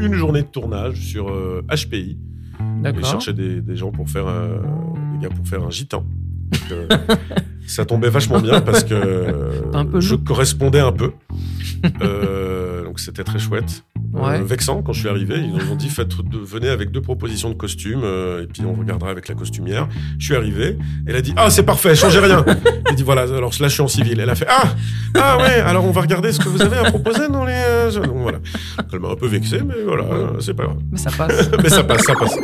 une journée de tournage sur euh, HPI. Ils D'accord. cherchaient des, des gens pour faire, euh, des gars pour faire un gitan. Donc, euh, ça tombait vachement bien parce que euh, Un peu je lourd. correspondais un peu. Euh, donc c'était très chouette. Ouais. Euh, vexant quand je suis arrivé, ils nous ont dit faites de- venez avec deux propositions de costumes euh, et puis on regardera avec la costumière. Je suis arrivé, elle a dit ah c'est parfait, changez rien. J'ai dit voilà alors là je suis en civil. Elle a fait ah ah ouais alors on va regarder ce que vous avez à proposer dans les euh, donc, voilà. Elle m'a un peu vexé mais voilà euh, c'est pas grave. Mais ça passe. Mais ça passe ça passe.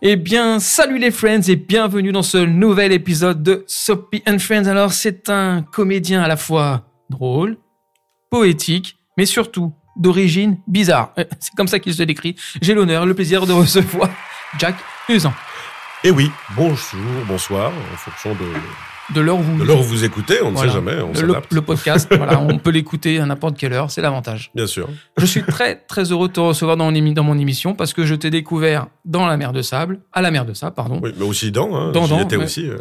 Eh bien, salut les friends et bienvenue dans ce nouvel épisode de Soppy and Friends. Alors, c'est un comédien à la fois drôle, poétique, mais surtout d'origine bizarre. Euh, C'est comme ça qu'il se décrit. J'ai l'honneur, le plaisir de recevoir Jack Usan. Et Eh oui bonjour bonsoir en fonction de, De l'heure où vous, de l'heure où vous écoutez on ne Voilà. sait jamais on le- le, s'adapte le podcast, voilà, on peut l'écouter à n'importe quelle heure, c'est l'avantage. bien sûr. Je suis très très heureux de te recevoir dans, mon émi- dans mon émission parce que je t'ai découvert dans la mer de sable, à la mer de sable, pardon. Oui, mais aussi dans hein, Dans, j'y dans, étais ouais. aussi. euh.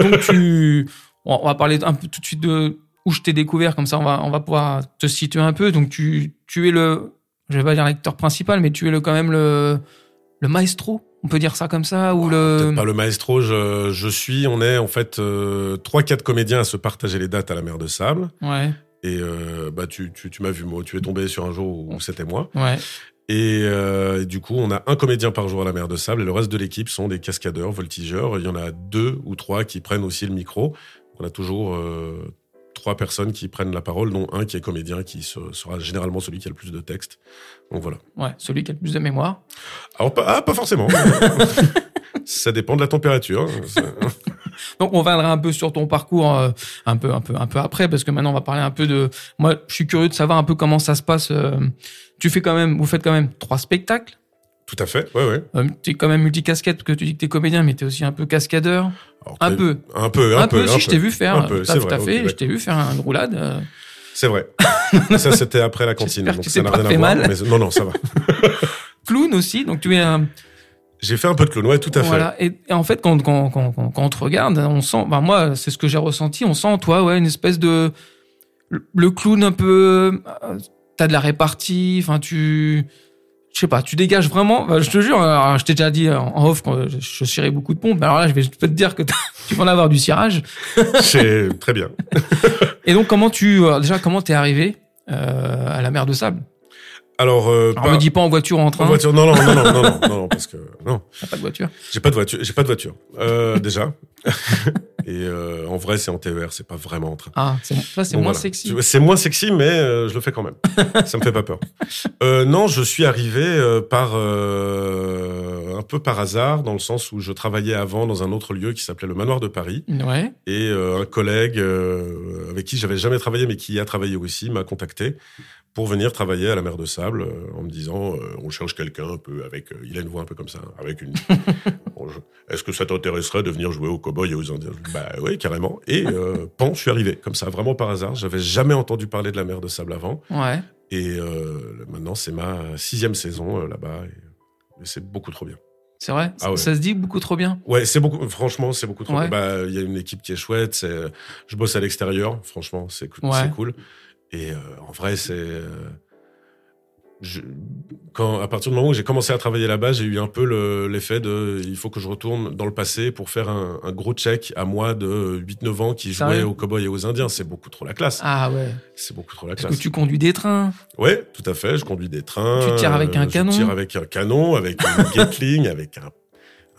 Donc tu, on on va parler un peu tout de suite de où je t'ai découvert, comme ça on va on va pouvoir te situer un peu. Donc tu tu es le, je vais pas dire l'acteur principal, mais tu es le quand même le le maestro, on peut dire ça comme ça ou le Peut-être pas le maestro, je, je suis, on est en fait euh, trois, quatre comédiens à se partager les dates à la mer de sable. ouais Et euh, bah, tu, tu, tu m'as vu, moi, tu es tombé sur un jour où c'était moi. ouais Et, euh, et du coup, on a un comédien par jour à la mer de sable et le reste de l'équipe sont des cascadeurs, voltigeurs. Il y en a deux ou trois qui prennent aussi le micro. On a toujours euh, trois personnes qui prennent la parole, dont un qui est comédien, qui se- sera généralement celui qui a le plus de texte. Donc voilà. ouais celui qui a le plus de mémoire. Alors, pas, ah, pas forcément. Ça dépend de la température. hein. Ça- Donc on reviendra un peu sur ton parcours euh, un peu un peu un peu après parce que maintenant on va parler un peu de moi je suis curieux de savoir un peu comment ça se passe euh, tu fais quand même vous faites quand même trois spectacles Tout à fait, ouais, ouais. tu es quand même multicasquette parce que tu dis que tu es comédien mais tu es aussi un peu cascadeur Alors, un t'es- peu Un peu, un, un, peu, si je t'ai vu faire Un euh, peu, tout à- c'est tout vrai, à ok, fait ouais. je t'ai vu faire une roulade euh, C'est vrai. ça, c'était après la cantine. J'espère que Donc tu ça t'es n'a pas rien fait à voir. mal. mais- non, non, ça va. clown aussi donc tu es un J'ai fait un peu de clown, ouais, tout à fait. voilà et, et en fait quand quand, quand quand quand on te regarde on sent ben moi c'est ce que j'ai ressenti on sent en toi ouais une espèce de le- le clown un peu euh, t'as de la répartie enfin tu je sais pas, tu dégages vraiment. ben, je te jure, alors, je t'ai déjà dit en en off quand je, je cirais beaucoup de pompes. mais Alors là, je vais je peux te dire que t'as- tu vas en avoir du cirage. C'est très bien. Et donc, comment tu euh, déjà comment t'es arrivé euh, à la mer de sable Alors, euh, Alors, pas- me dis pas en voiture ou en en train. voiture. Non, non, non, non, non, non, non, non, parce que non, T'as pas de voiture. j'ai pas de voiture. J'ai pas de voiture. Euh, déjà. Et euh, en vrai, c'est en TER, c'est pas vraiment en train. Ah, c'est, ça, c'est Donc, moins voilà. sexy. Tu vois, C'est moins sexy, mais euh, je le fais quand même. ça me fait pas peur. Euh, non, je suis arrivé euh, par euh, un peu par hasard, dans le sens où je travaillais avant dans un autre lieu qui s'appelait le Manoir de Paris, Ouais. et euh, un collègue euh, avec qui j'avais jamais travaillé, mais qui y a travaillé aussi, m'a contacté pour venir travailler à la Mer de Sable, euh, en me disant euh, on cherche quelqu'un un peu avec, euh, il a une voix un peu comme ça, avec une. Bon, je- Est-ce que ça t'intéresserait de venir jouer aux cow-boys et aux Indiens Je dis, Bah oui, carrément. Et euh, pan, je suis arrivé comme ça, vraiment par hasard. J'avais jamais entendu parler de la Mer de Sable avant, Ouais. et euh, maintenant c'est ma sixième saison euh, là-bas. et- et c'est beaucoup trop bien. C'est vrai. Ah ouais. Ça se dit beaucoup trop bien. Ouais, c'est beaucoup. Franchement, c'est beaucoup trop. Ouais. Bah, il y a une équipe qui est chouette. C'est, euh, je bosse à l'extérieur. Franchement, c'est cou- Ouais. c'est cool. Et euh, en vrai, c'est. euh, je- quand à partir du moment où j'ai commencé à travailler là-bas, j'ai eu un peu le- l'effet de il faut que je retourne dans le passé pour faire un, un gros check à moi de 8-9 ans qui jouait Sérieux aux cowboys et aux indiens. C'est beaucoup trop la classe. Ah ouais. C'est beaucoup trop la Parce classe. que tu conduis des trains. Ouais, tout à fait. Je conduis des trains. Tu tires avec euh, un canon. Je tire avec un canon, avec un Gatling, avec un,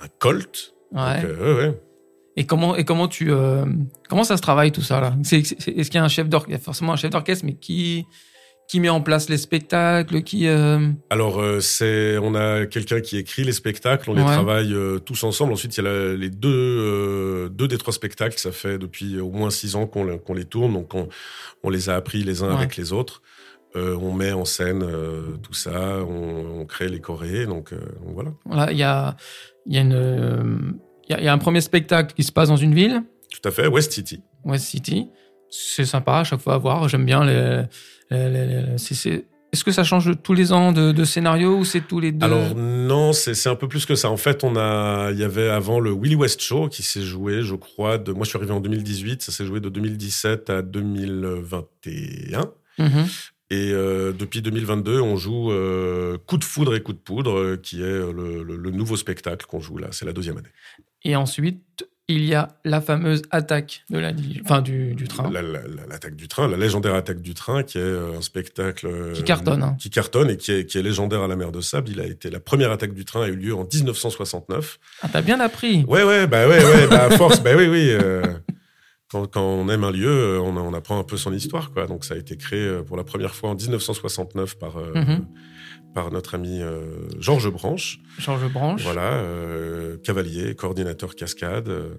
un Colt. Ouais. Donc, euh, ouais, ouais. Et comment et comment tu euh, comment ça se travaille tout ça là C'est- c'est- Est-ce qu'il y a un chef d'orchestre Forcément un chef d'orchestre, mais qui qui met en place les spectacles Qui euh, Alors, euh, c'est, on a quelqu'un qui écrit les spectacles, on les Ouais. travaille euh, tous ensemble. Ensuite, il y a la- les deux, euh, deux des trois spectacles. Ça fait depuis au moins six ans qu'on, le- qu'on les tourne, donc on, on les a appris les uns Ouais. avec les autres. Euh, on met en scène euh, tout ça, on, on crée les chorés, donc, euh, donc voilà. voilà, il y a il y a une euh, il y a- il y a un premier spectacle qui se passe dans une ville, Tout à fait, West City. West City. c'est sympa à chaque fois à voir. J'aime bien les. les- les- les- c'est- c'est- Est-ce que ça change tous les ans de, de scénario ou c'est tous les deux Alors non, c'est c'est un peu plus que ça. En fait, on a, il y avait avant le Willy West Show qui s'est joué, je crois, de, moi je suis arrivé en 2018, ça s'est joué de 2017 à 2021. Mhm. Et euh, depuis 2022, on joue euh, Coup de foudre et Coup de poudre, euh, qui est le, le- le nouveau spectacle qu'on joue là. C'est la deuxième année. Et ensuite, il y a la fameuse attaque de la dili- enfin, du, du train. La- la- la- L'attaque du train, la légendaire attaque du train, qui est euh, un spectacle euh, Qui cartonne, hein. qui cartonne et qui est, qui est légendaire à la mer de sable. Il a été la première attaque du train a eu lieu en 1969. Ah, t'as bien appris. Ouais, ouais, bah ouais, ouais, bah à force, bah oui, oui. euh, quand, quand on aime un lieu, euh, on, on apprend un peu son histoire, quoi. Donc ça a été créé euh, pour la première fois en 1969 par euh, Mhm. par notre ami euh, Georges Branche, Georges Branche. voilà, euh, cavalier, coordinateur cascade. euh,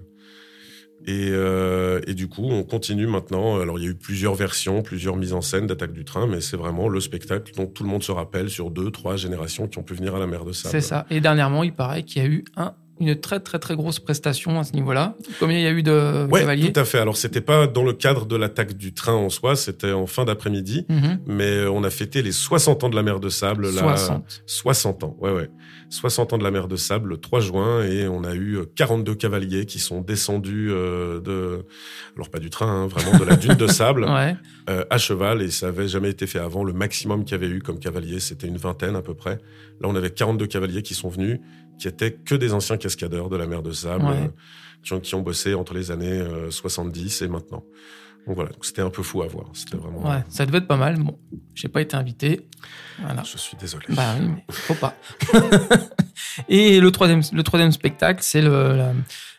et, euh, et du coup, on continue maintenant. Alors, il y a eu plusieurs versions, plusieurs mises en scène d'Attaque du Train, mais c'est vraiment le spectacle dont tout le monde se rappelle sur deux, trois générations qui ont pu venir à la mer de Sable. C'est ça. Et dernièrement, il paraît qu'il y a eu un- une très très très grosse prestation à ce niveau-là. Combien il y a eu de Ouais, cavaliers tout à fait. Alors, c'était pas dans le cadre de l'attaque du train en soi, c'était en fin d'après-midi. Mhm. Mais on a fêté les 60 ans de la mer de sable. Là, 60. 60 ans, ouais, ouais. 60 ans de la mer de sable, le 3 juin, et on a eu 42 cavaliers qui sont descendus euh, de... Alors, pas du train, hein, vraiment de la dune de sable, Ouais. euh, à cheval, et ça avait jamais été fait avant. Le maximum qu'il y avait eu comme cavaliers, c'était une vingtaine à peu près. Là, on avait 42 cavaliers qui sont venus, qui étaient que des anciens cascadeurs de la mer de Sable, Ouais. euh, qui, ont, qui ont bossé entre les années euh, 70 et maintenant. Donc voilà, donc c'était un peu fou à voir. C'était vraiment. Ouais, ça devait être pas mal. Bon, j'ai pas été invité. Voilà. Je suis désolé. Bah oui, mais faut pas. Et le troisième, le troisième spectacle, c'est le, la-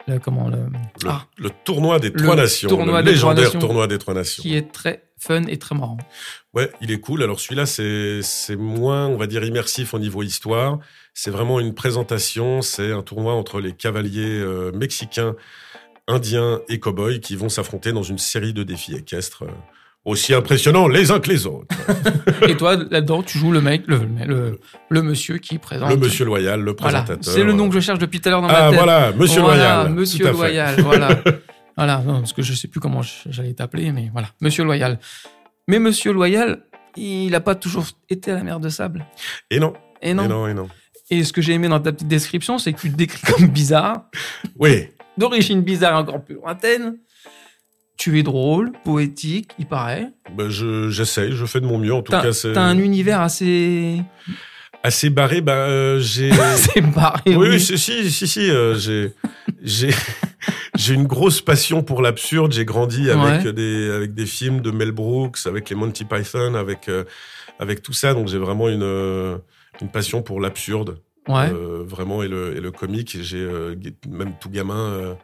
la- comment le, le, ah, le tournoi des Le trois nations, tournoi le des trois légendaire nations. tournoi des trois nations. qui est très fun et très marrant. Ouais, il est cool. Alors celui-là, c'est c'est moins, on va dire, immersif au niveau histoire. C'est vraiment une présentation. C'est un tournoi entre les cavaliers euh, mexicains, indiens et cow-boys qui vont s'affronter dans une série de défis équestres euh, aussi impressionnants les uns que les autres. Et toi, là-dedans, tu joues le mec, le, le, le monsieur qui présente. Le monsieur loyal, le Voilà, présentateur. c'est le nom que je cherche depuis tout à l'heure dans ma Ah tête. voilà, monsieur Voilà, loyal. Monsieur Tout à fait. Loyal, voilà. voilà, non, parce que je sais plus comment je- j'allais t'appeler, mais voilà, Monsieur Loyal. Mais Monsieur Loyal, il n'a pas toujours été à la mer de sable. Et non, Et et non. non, Et, et non. ce que j'ai aimé dans ta petite description, c'est que tu te décris comme bizarre, Oui, d'origine bizarre et encore plus lointaine. Tu es drôle, poétique, il paraît. bah, je- j'essaye, je fais de mon mieux. En tout T'as cas, c'est t'as un univers assez, assez barré. Bah, euh, j'ai. assez barré. Oui, oui, si, si, si, si, euh, j'ai, j'ai, j'ai une grosse passion pour l'absurde. J'ai grandi avec euh, Ouais. des, avec des films de Mel Brooks, avec les Monty Python, avec, euh, avec tout ça. Donc j'ai vraiment une, euh, une passion pour l'absurde, Ouais. euh, vraiment et le, et le comique. Et J'ai euh, gu- même tout gamin. euh,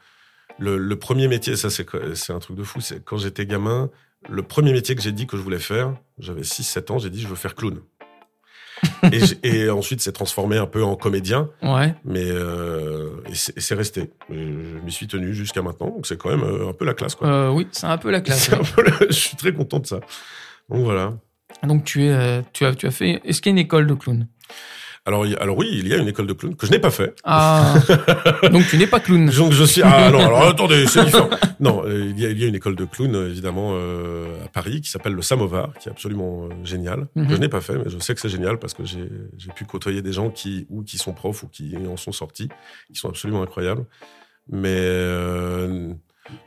le, le premier métier, ça c'est, co- c'est un truc de fou. C'est quand j'étais gamin, le premier métier que j'ai dit que je voulais faire, j'avais 6-7 ans, j'ai dit je veux faire clown. et, j'ai- et ensuite, c'est transformé un peu en comédien. ouais. Mais euh, et c'est et c'est resté. Et Je m'y suis tenu jusqu'à maintenant, donc c'est quand même euh, un peu la classe. Quoi. Euh, oui, c'est un peu la classe. C'est un peu la- Je suis très content de ça. Donc voilà. Donc tu es, euh, tu as, tu as fait. Est-ce qu'il y a une école de clown Alors, il y a- alors oui, il y a une école de clown que je n'ai pas fait. Ah, donc tu n'es pas clown. Donc je suis. Ah non, alors attendez, c'est différent. Non, euh, il y, a, il y a une école de clown euh, évidemment euh, à Paris qui s'appelle le Samovar, qui est absolument euh, géniale. Mhm. Que je n'ai pas fait, mais je sais que c'est génial parce que j'ai j'ai pu côtoyer des gens qui ou qui sont profs ou qui en sont sortis, qui sont absolument incroyables. Mais euh,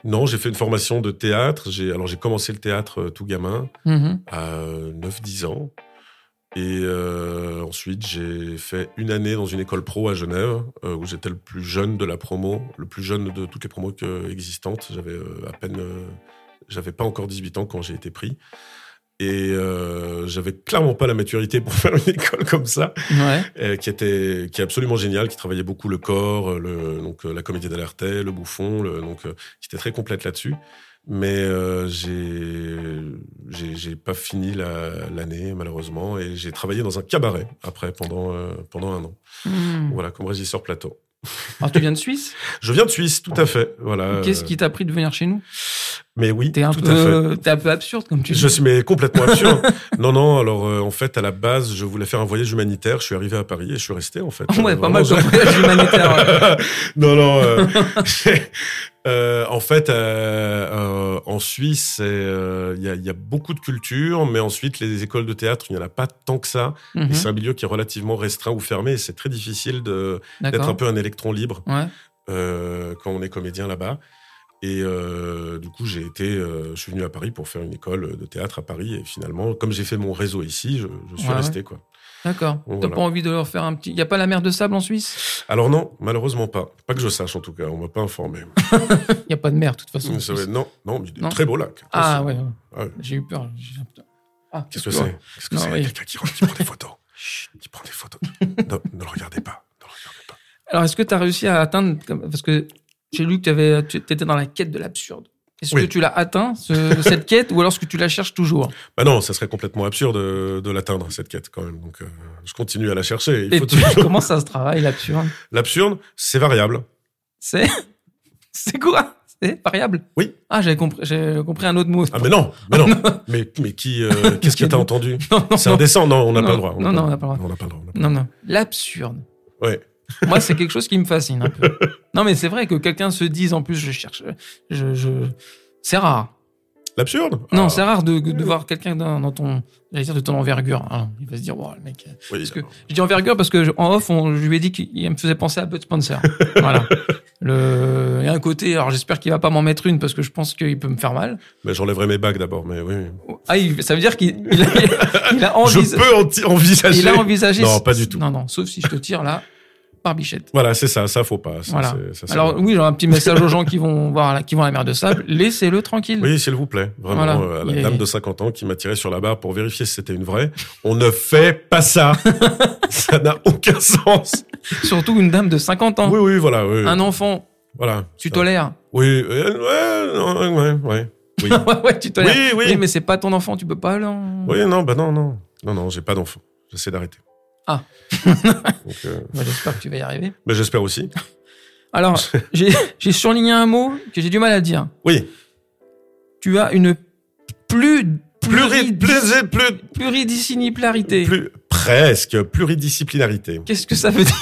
non, j'ai fait une formation de théâtre. J'ai alors j'ai commencé le théâtre euh, tout gamin Mhm. à 9-10 ans. Et euh, ensuite, j'ai fait une année dans une école pro à Genève, euh, où j'étais le plus jeune de la promo, le plus jeune de toutes les promos que- existantes. J'avais euh, à peine. euh, j'avais pas encore 18 ans quand j'ai été pris. Et euh, j'avais clairement pas la maturité pour faire une école comme ça, Ouais. euh, qui était qui est absolument géniale, qui travaillait beaucoup le corps, euh, le, donc euh, la comédie d'Alerte, le bouffon, le, donc euh, qui était très complète là-dessus. Mais euh, j'ai- j'ai j'ai pas fini la- l'année, malheureusement, et j'ai travaillé dans un cabaret après pendant, euh, pendant un an. Mhm. Voilà, comme régisseur plateau. Alors tu viens de Suisse. Je viens de Suisse, tout à fait. Voilà. Qu'est-ce euh, qui t'a pris de venir chez nous Mais oui, T'es un tout à fait. peu, t'es un peu absurde comme tu dis. Je suis mais complètement absurde. non, non, alors euh, en fait, à la base, je voulais faire un voyage humanitaire. Je suis arrivé à Paris et je suis resté, en fait. Ouais, Euh, vraiment, pas mal je- comme voyage humanitaire. ouais. non, non. euh, j'ai- Euh, en fait, euh, euh, en Suisse, euh, il y, a, y a beaucoup de culture, mais ensuite, les écoles de théâtre, il n'y en a pas tant que ça. Et Mhm. c'est un milieu qui est relativement restreint ou fermé. et C'est très difficile de- d'être D'accord. un peu un électron libre Ouais. euh, quand on est comédien là-bas. Et euh, du coup, j'ai été, euh, je suis venu à Paris pour faire une école de théâtre à Paris. Et finalement, comme j'ai fait mon réseau ici, je, je suis Ouais, resté. Quoi. D'accord. Bon, T'as voilà. pas envie de leur faire un petit. Y a pas la mer de sable en Suisse Alors non, malheureusement pas. Pas que je sache en tout cas. On m'a pas informé. Y a pas de mer de toute façon. en C'est Suisse. vrai, non, non, mais il y a des Non. très beaux lacs. Ah ouais. ouais. Ah ouais. J'ai eu peur. J'ai- Ah, Qu'est-ce que c'est Qu'est-ce que Non, c'est oui. Quelqu'un qui rentre, qui prend des photos. qui prend des photos. Non, ne le regardez pas. Ne le regardez pas. Alors, est-ce que tu as réussi à atteindre, comme- parce que j'ai lu que tu étais dans la quête de l'absurde. Est-ce Oui. que tu l'as atteint, ce- cette quête, ou alors est-ce que tu la cherches toujours Bah non, ça serait complètement absurde euh, de l'atteindre, cette quête, quand même. Donc, euh, je continue à la chercher. Il Et faut tu- toujours- comment ça se travaille, l'absurde L'absurde, c'est variable. C'est c'est quoi C'est variable Oui. Ah, j'avais compris, j'ai compris un autre mot. Ah, mais non, mais non. mais, mais qui, euh, qu'est-ce que t'as entendu non, non, C'est non. indécent. Non, on n'a Non, pas le droit. non, non, On n'a pas le droit. on n'a pas Non, non. L'absurde. le droit. Ouais. Moi, c'est quelque chose qui me fascine un peu. Non, mais c'est vrai que quelqu'un se dise, en plus, je cherche. Je, je... C'est rare. L'absurde Non, Ah, c'est rare de, de voir quelqu'un dans, dans ton, j'allais dire de ton envergure. hein. Il va se dire, wow, le mec. oui, Parce que je dis envergure parce que je- en off, on, je lui ai dit qu'il me faisait penser à Bud Spencer. voilà. Le, il y a un côté. Alors j'espère qu'il va pas m'en mettre une parce que je pense qu'il peut me faire mal. Mais j'enlèverai mes bagues d'abord. Mais oui. oui. Ah, il- ça veut dire qu'il il a, il a Je envisagé. peux enti- envisager. Il a envisagé. Non, pas du tout. Non, non. Sauf si je te tire là par bichette. Voilà, c'est ça. Ça, faut pas. Ça, Voilà. c'est- ça, c'est- Alors oui, j'ai un petit message aux gens qui vont voir, la- qui vont à la mer de sable. Laissez-le tranquille. Oui, s'il vous plaît. Vraiment, Mm. Voilà. euh, à la Il est- dame de 50 ans qui m'a tiré sur la barre pour vérifier si c'était une vraie. On ne fait pas ça. ça n'a aucun sens. Surtout une dame de 50 ans, Oui, oui, voilà. Oui, un enfant. voilà. Tu Ça- tolères. Oui, euh, ouais, ouais, ouais, ouais. Oui. ouais, ouais, tu tolères. oui, oui. Oui, mais c'est pas ton enfant, tu peux pas. Là, on- Oui, non, bah non, non. Non, non, j'ai pas d'enfant. J'essaie d'arrêter. Ah. Donc, euh, Bah, J'espère que tu vas y arriver. mais j'espère aussi. Alors, j'ai j'ai surligné un mot que j'ai du mal à dire. Oui. Tu as une plus Plus, pluri- plus, plus, pluridisciplinarité. plus- presque pluridisciplinarité. Qu'est-ce que ça veut dire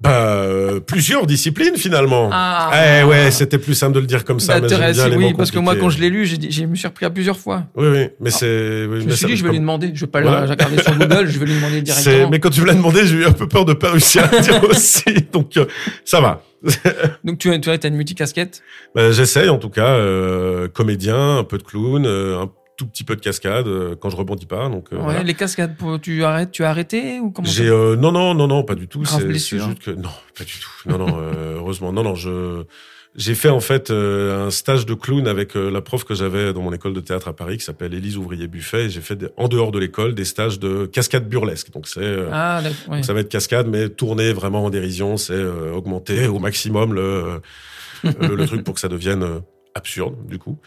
Bah, euh, plusieurs disciplines finalement. Ah. eh ouais, c'était plus simple de le dire comme ça. mais j'aime T'intéresse, bien les oui, mots parce que moi, compliqués. quand je l'ai lu, j'ai dit- je me suis repris à plusieurs fois. Oui, oui, mais c'est. oui, mais Je me suis ça- dit, je vais lui comme- demander. Je vais pas Voilà. le regarder sur Google, je vais lui demander c'est- directement. Mais quand tu me l'as demandé, j'ai eu un peu peur de pas réussir à le dire aussi. Donc, euh, ça va. Donc, tu as, tu as t'as une multicasquette. Euh, J'essaye, en tout cas, euh, comédien, un peu de clown, euh, un tout petit peu de cascade euh, quand je rebondis pas. Donc, euh, Ouais, voilà. Les cascades, pour- tu arrêtes, tu as arrêté ou comment ça- J'ai euh, non non non non pas du tout Grave c'est c'est blessure. hein. juste que non pas du tout non non euh, heureusement non non je j'ai fait en fait euh, un stage de clown avec euh, la prof que j'avais dans mon école de théâtre à Paris qui s'appelle Élise Ouvrier Buffet et j'ai fait des- en dehors de l'école des stages de cascade burlesque donc c'est euh, Ah, d'accord, ouais. Donc, Ça va être cascade, mais tourner vraiment en dérision, c'est euh, augmenter au maximum le, euh, le, le truc pour que ça devienne euh, absurde, du coup.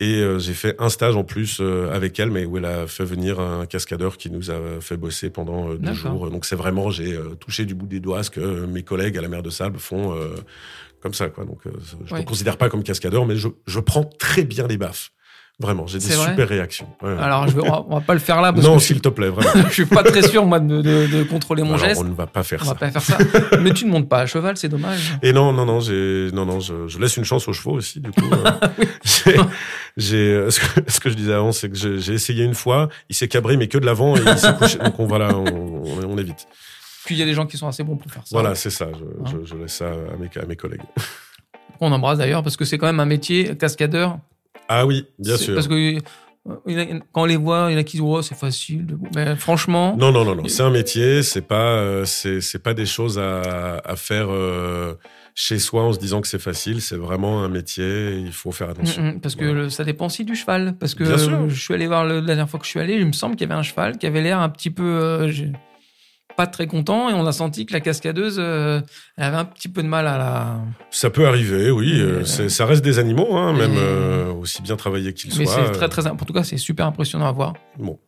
Et euh, j'ai fait un stage en plus euh, avec elle, mais où elle a fait venir un cascadeur qui nous a fait bosser pendant euh, deux D'accord. jours. Donc c'est vraiment, j'ai euh, touché du bout des doigts ce que euh, mes collègues à la mer de Sable font euh, comme ça. Quoi. Donc euh, je ne Ouais. me considère pas comme cascadeur, mais je, je prends très bien les baffes. Vraiment, j'ai des C'est vrai super réactions. Ouais. Alors, je vais- on, va, on va pas le faire là parce non, que je suis, s'il te plaît, vraiment. je suis pas très sûr, moi, de, de- de contrôler mon Alors, geste. on ne va pas faire On ça. va pas faire ça. Mais tu ne montes pas à cheval, c'est dommage. Et non, non, non, j'ai, non, non, je, je laisse une chance aux chevaux aussi, du coup. euh, j'ai, j'ai, euh, ce que, ce que je disais avant, c'est que j'ai, j'ai essayé une fois, il s'est cabré, mais que de l'avant, et il s'est couché. Donc, on va là, on, on, on évite. Puis il y a des gens qui sont assez bons pour faire ça. Voilà, c'est ça. Ah. Je, je, je laisse ça à mes, à mes collègues. On embrasse d'ailleurs parce que c'est quand même un métier cascadeur. Ah oui, bien C'est- sûr. Parce que euh, il y en a- quand on les voit, il y en a qui disent oh, c'est facile. de- Mais franchement, Non, non, non, non. C'est un métier. C'est pas, euh, c'est, c'est pas des choses à, à faire euh, chez soi en se disant que c'est facile. C'est vraiment un métier. Il faut faire attention. mm, mm, parce que Voilà. le- ça dépend aussi du cheval. Parce que Bien sûr. je suis allé voir le, la dernière fois que je suis allé, il me semble qu'il y avait un cheval qui avait l'air un petit peu euh, j'ai- pas très content et on a senti que la cascadeuse euh, elle avait un petit peu de mal à la. Ça peut arriver, oui. euh, Et- c'est- ça reste des animaux, hein, même Et- euh, aussi bien travaillés qu'ils soient. Mais c'est euh, très très. En tout cas, c'est super impressionnant à voir. Bon,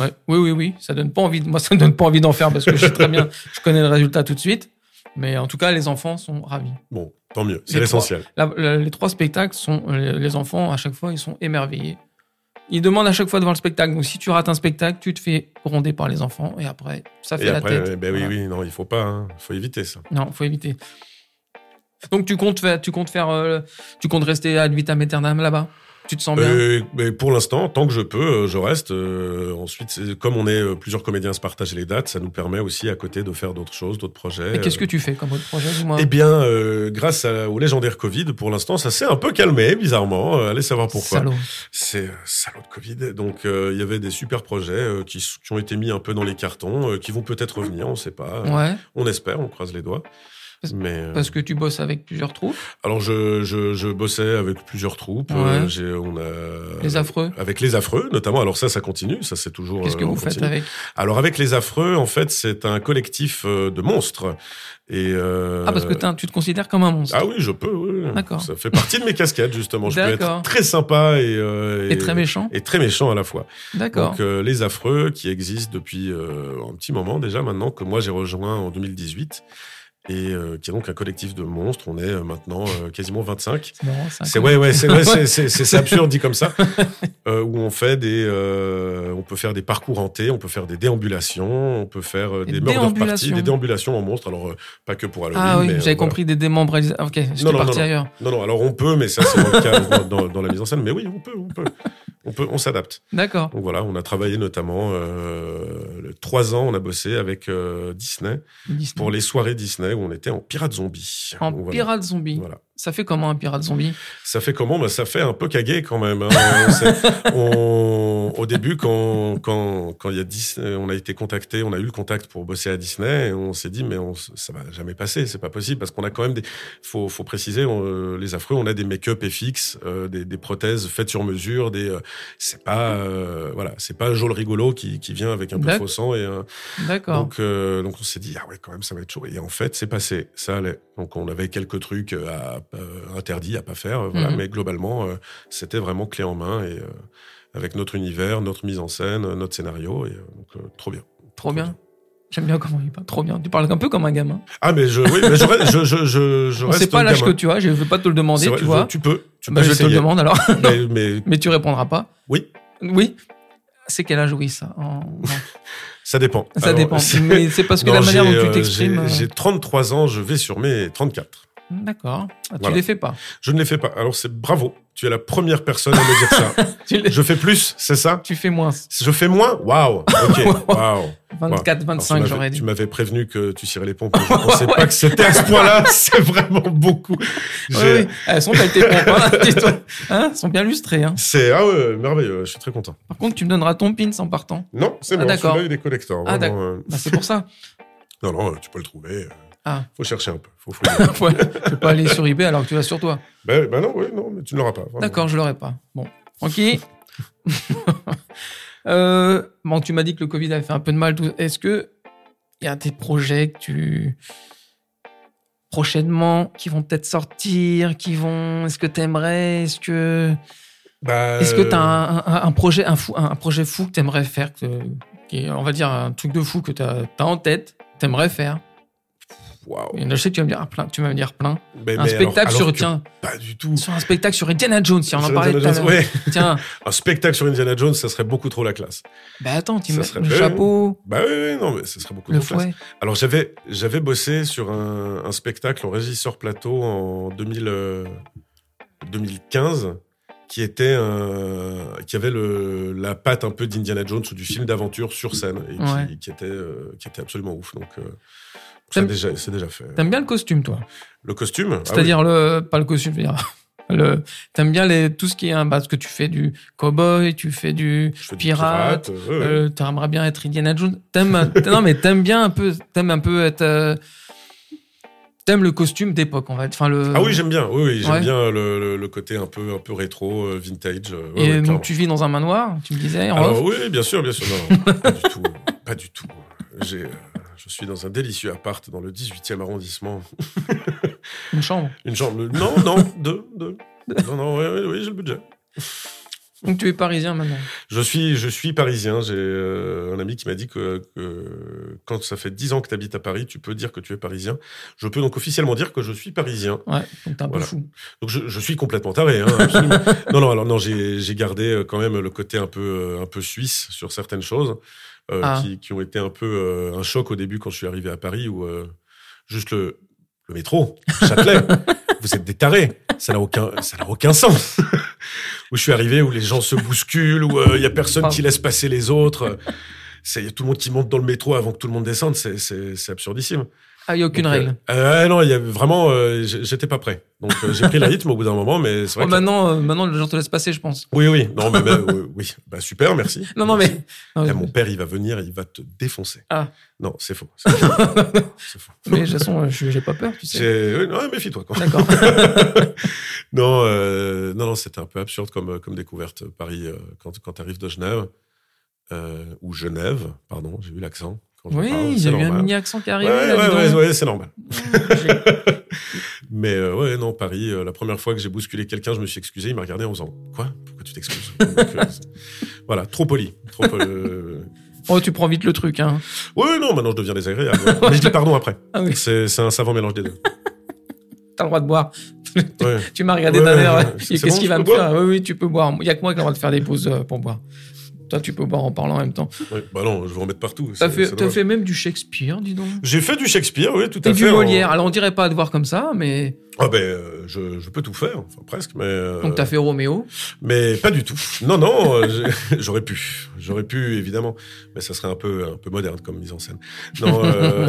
Ouais. Oui, oui, oui. Ça donne pas envie. de- Moi, ça me donne pas envie d'en faire parce que je sais très bien, je connais le résultat tout de suite. Mais en tout cas, les enfants sont ravis. bon, tant mieux. Les Ah, C'est l'essentiel. La- la- les trois spectacles sont, euh, les enfants à chaque fois, ils sont émerveillés. Ils demandent à chaque fois de voir le spectacle. Donc, si tu rates un spectacle, tu te fais gronder par les enfants et après, ça fait Et la après, tête. eh ben oui, Voilà. oui, non, il faut pas, hein, faut éviter ça. Non, faut éviter. Donc tu comptes faire, tu comptes faire, euh, tu comptes rester ad vitam aeternam là-bas. Tu te sens bien. Euh, mais pour l'instant, tant que je peux, euh, je reste. Euh, ensuite, c'est- comme on est euh, plusieurs comédiens à se partager les dates, ça nous permet aussi à côté de faire d'autres choses, d'autres projets. Et qu'est-ce que Euh, tu fais comme autre projet, dis-moi Eh bien, euh, grâce à- au légendaire Covid, pour l'instant, ça s'est un peu calmé, bizarrement. Euh, allez savoir pourquoi. Salaud. C'est euh, salaud de Covid. Donc, euh, il y avait des super projets euh, qui, s- qui ont été mis un peu dans les cartons, euh, qui vont peut-être revenir, on ne sait pas. Euh, Ouais, On espère, on croise les doigts. Mais euh, parce que tu bosses avec plusieurs trous, alors je, je, je bossais avec plusieurs troupes. Ouais. Euh, j'ai- on a les affreux. avec les affreux notamment. Alors ça, ça continue, ça c'est toujours. Qu'est-ce que euh, on vous faites continue. avec Alors avec les affreux, en fait, c'est un collectif euh, de monstres. Et euh, Ah, parce que t'es un- tu te considères comme un monstre. Ah oui, je peux. oui. D'accord. Ça fait partie de mes casquettes justement. Je peux D'accord. être très sympa et, euh, et très méchant. et très méchant à la fois. D'accord. Donc euh, les affreux qui existent depuis euh, un petit moment déjà maintenant que moi j'ai rejoint en 2018 et euh, qui est donc un collectif de monstres. On est euh, maintenant euh, quasiment 25. C'est marrant, c'est C'est incroyable. ouais, ouais, c'est ouais, c'est- c'est- c'est- C'est- c'est absurde dit comme ça, Euh, où on fait des, euh, on peut faire des parcours hantés, on peut faire des déambulations, on peut faire euh, Des des, murder parties, déambulations. des déambulations en monstre. Alors euh, pas que pour Halloween. Ah oui, mais, euh, j'avais voilà. compris des démembralisations. Ok, j'étais Non, non, non, parti non. ailleurs. Non, non, alors on peut, mais ça c'est dans, le cas, dans, dans- dans la mise en scène. Mais oui, on peut, on peut, on peut, on s'adapte. D'accord. Donc voilà, on a travaillé notamment euh, le- trois ans, on a bossé avec euh, Disney Disney. pour les soirées Disney où on était en pirate zombie. En Donc, voilà. pirate zombie. Voilà. Ça fait comment un pirate zombie Ça fait comment bah, Ça fait un peu cagué quand même. hein. On s'est- on- au début, quand, quand, quand il y a Disney, on a été contacté, on a eu le contact pour bosser à Disney, et on s'est dit, mais on, s- ça va jamais passer, c'est pas possible, parce qu'on a quand même des. faut, faut préciser, on, euh, les affreux, on a des make-up FX, euh, des, des prothèses faites sur mesure, des. euh, c'est pas. euh, voilà, c'est pas Joel Rigolo qui, qui vient avec un peu de D'accord. faux sang et un, D'accord. donc, euh, donc on s'est dit, ah ouais, quand même, ça va être chaud. Et en fait, c'est passé, ça allait. Donc on avait quelques trucs euh, à, euh, interdits à pas faire, euh, voilà. Mhm. mais globalement, euh, c'était vraiment clé en main et euh, avec notre univers, notre mise en scène, euh, notre scénario, et euh, donc euh, trop bien. Trop bien. J'aime bien comment il parle. Trop bien. Tu parles un peu comme un gamin. Ah mais je, oui, mais je, reste- je, je, je, je On sait reste pas l'âge que gamin. tu as. Je veux pas te le C'est demander, vrai, tu je- vois. tu peux, tu Bah, peux je te le essayer. demande alors. Mais, mais Mais tu répondras pas. Oui. Oui. C'est quel âge, oui, ça en- en- ça dépend. Ça Alors, dépend. c'est- Mais c'est parce que Non, la manière j'ai, dont tu euh, t'exprimes. j'ai- euh, J'ai 33 ans, je vais sur mes 34. D'accord. Ah, Tu Voilà. les fais pas. Je ne les fais pas. Alors c'est bravo, tu es la première personne à me dire ça. Tu, les- Je fais plus, c'est ça tu fais moins. Je fais moins Waouh Ok, waouh 24, Alors, tu 25, m'avais- j'aurais dit. Tu m'avais prévenu que tu cirais les pompes. mais Je pensais Ouais. pas que c'était à ce point-là. C'est vraiment beaucoup. Oui, J'ai- oui. Elles sont qualité pompe, hein, dis-toi. Hein, elles sont bien lustrées. Hein. C'est ah ouais, merveilleux. Je suis très content. Par contre, tu me donneras ton pins en partant. Non, c'est Ah, bon. d'accord. Celui-là, il est collector. Ah, vraiment, d'accord. euh, Bah, c'est pour ça. Non, non, tu peux le trouver. euh, Ah. Faut chercher un peu. Faut fouiller. Ouais, tu peux pas aller sur eBay alors que tu l'as sur toi. ben, ben non, oui, non, mais tu ne l'auras pas. vraiment. D'accord, je l'aurais pas. Bon, Francky. euh, bon, tu m'as dit que le Covid a fait un peu de mal. tout. Est-ce que il y a des projets que tu prochainement qui vont peut-être sortir, qui vont Est-ce que t'aimerais Est-ce que Bah, Est-ce que tu as un, un- un projet, un, fou, un, un projet fou que tu aimerais faire, que, qui est, on va dire un truc de fou que tu as, en tête, tu aimerais faire waouh. Il y en a, Je sais que tu vas me dire ah, plein. Tu vas me dire plein. Mais- Un mais spectacle Eh ben, alors- sur, alors que tiens, Pas du tout. sur un spectacle sur Indiana Jones, si on en Sur parlait tout à Indiana l'heure. Jones, ouais. Tiens, Un spectacle sur Indiana Jones, ça serait beaucoup trop la classe. bah attends, tu Ça mets serait le bien. chapeau, Bah oui, oui, non, mais ça serait beaucoup le trop classe. fouet. Alors j'avais j'avais bossé sur un, un spectacle en régisseur plateau en 2000, euh, 2015 qui était un- qui avait le, la patte un peu d'Indiana Jones ou du film d'aventure sur scène et qui- Ouais. qui, était euh, qui était absolument ouf donc euh, ça, T'aimes- déjà c'est déjà fait. T'aimes bien le costume, toi Le costume ah C'est-à-dire le, pas le costume, je veux dire. Le, t'aimes bien les, tout ce qui est, hein, bah, ce que tu fais du cowboy, tu fais du, oui, je fais du pirate, pirate, euh, ouais, ouais. Euh, t'aimerais bien être Indiana Jones. T'aimes, non mais t'aimes bien un peu, t'aimes un peu être, euh, t'aimes le costume d'époque en fait. Enfin le. ah oui, j'aime bien. Oui, oui, j'aime ouais. bien le, le- le côté un peu un peu rétro, euh, vintage. euh, ouais, Et ouais, clairement. donc tu vis dans un manoir, tu me disais. en Alors off. oui, bien sûr, bien sûr. Non, non, pas du tout. Pas du tout. J'ai, euh, je suis dans un délicieux appart dans le 18e arrondissement. Une chambre. Une chambre. Non, non, deux, deux. Non, non, oui, oui, oui, j'ai le budget. Donc tu es parisien maintenant. Je suis, je suis parisien. J'ai euh, un ami qui m'a dit que, que quand ça fait 10 ans que tu habites à Paris, tu peux dire que tu es parisien. Je peux donc officiellement dire que je suis parisien. Ouais. Donc t'es un Voilà. peu fou. Donc je, je suis complètement taré. Hein, absolument. non, non, alors non, j'ai j'ai gardé euh, quand même le côté un peu, euh, un peu suisse sur certaines choses euh, Ah. qui, qui ont été un peu euh, un choc au début quand je suis arrivé à Paris où euh, juste le, le métro, Châtelet, vous êtes des tarés. Ça n'a aucun, ça n'a aucun sens. où je suis arrivé, où les gens se bousculent, où il y a personne qui laisse passer les autres. C'est y a tout le monde qui monte dans le métro avant que tout le monde descende. C'est, c'est, c'est absurdissime. Ah, il n'y a aucune Donc, règle. Euh, euh, non, il y a vraiment, euh, j- j'étais pas prêt. Donc euh, j'ai pris le rythme au bout d'un moment, mais c'est vrai. Oh, que- maintenant, euh, maintenant, les gens te laissent passer, je pense. Oui, oui. Non, mais bah, oui, oui. Bah, super, merci. Non, non, mais. non, Eh, mon père, il va venir, il va te défoncer. Ah. Non, c'est faux. C'est faux. C'est faux. mais de toute façon, euh, je- j'ai pas peur, tu sais. J'ai- Ah, oui, non, méfie-toi. Quoi. D'accord. Non, euh, non, non, c'était un peu absurde comme, euh, comme découverte Paris euh, quand, quand tu arrives de Genève euh, ou Genève, pardon, j'ai eu l'accent. Quand je Oui, parle, il y c'est a eu un normal. mini accent qui est Ouais, arrivé. ouais, là, dis ouais, donc. ouais, c'est normal. J'ai- Mais euh, ouais, non, Paris, euh, la première fois que j'ai bousculé quelqu'un, je me suis excusé, il m'a regardé en faisant Quoi Pourquoi tu t'excuses Donc, euh, Voilà, trop poli. Trop, euh, Oh, tu prends vite le truc, hein. Ouais, non, maintenant je deviens désagréable. ouais. Mais je dis pardon après. Ah oui. C'est c'est un savant mélange des deux. T'as le droit de boire. Ouais. Tu m'as regardé Ouais, d'un air. ouais, ouais. c'est Qu'est-ce bon, qu'il je va peux me faire Oui, oui, tu peux boire. Il y a que moi qui ai le droit de faire des pauses euh, pour boire. Toi, tu peux boire en parlant en même temps. Ouais, Bah non, je vais en mettre partout. T'as c'est- fait, c'est t'as dommage. fait même du Shakespeare, dis donc. J'ai fait du Shakespeare, oui, tout à Et fait. du en- Molière. Alors, on dirait pas de voir comme ça, mais. Ah ben, euh, je, je peux tout faire, enfin presque, mais euh, Donc, t'as fait Roméo. mais pas du tout. Non, non, euh, j'ai- j'aurais pu, j'aurais pu évidemment, mais ça serait un peu un peu moderne comme mise en scène. Non, euh,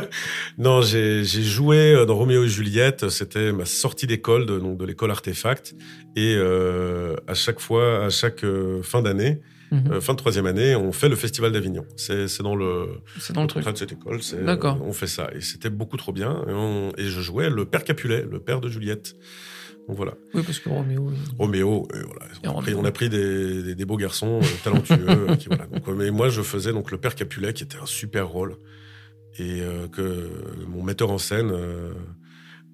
non, j'ai j'ai joué euh, dans Roméo et Juliette. C'était ma sortie d'école, de, donc de l'école Artefact, et euh, à chaque fois, à chaque euh, fin d'année, Mhm. euh, fin de troisième année, on fait le Festival d'Avignon. C'est c'est dans le C'est dans le truc. contrat de cette école, c'est D'accord. euh, on fait ça. Et c'était beaucoup trop bien. Et, on- et je jouais le père Capulet, le père de Juliette. Donc voilà, Oui, parce que Roméo. il- Roméo. et voilà. Et on, a pris, on Roméo. a pris des, des- des beaux garçons euh, talentueux. euh, qui, voilà. Donc, euh, mais moi, je faisais donc le père Capulet, qui était un super rôle, et euh, que mon metteur en scène euh,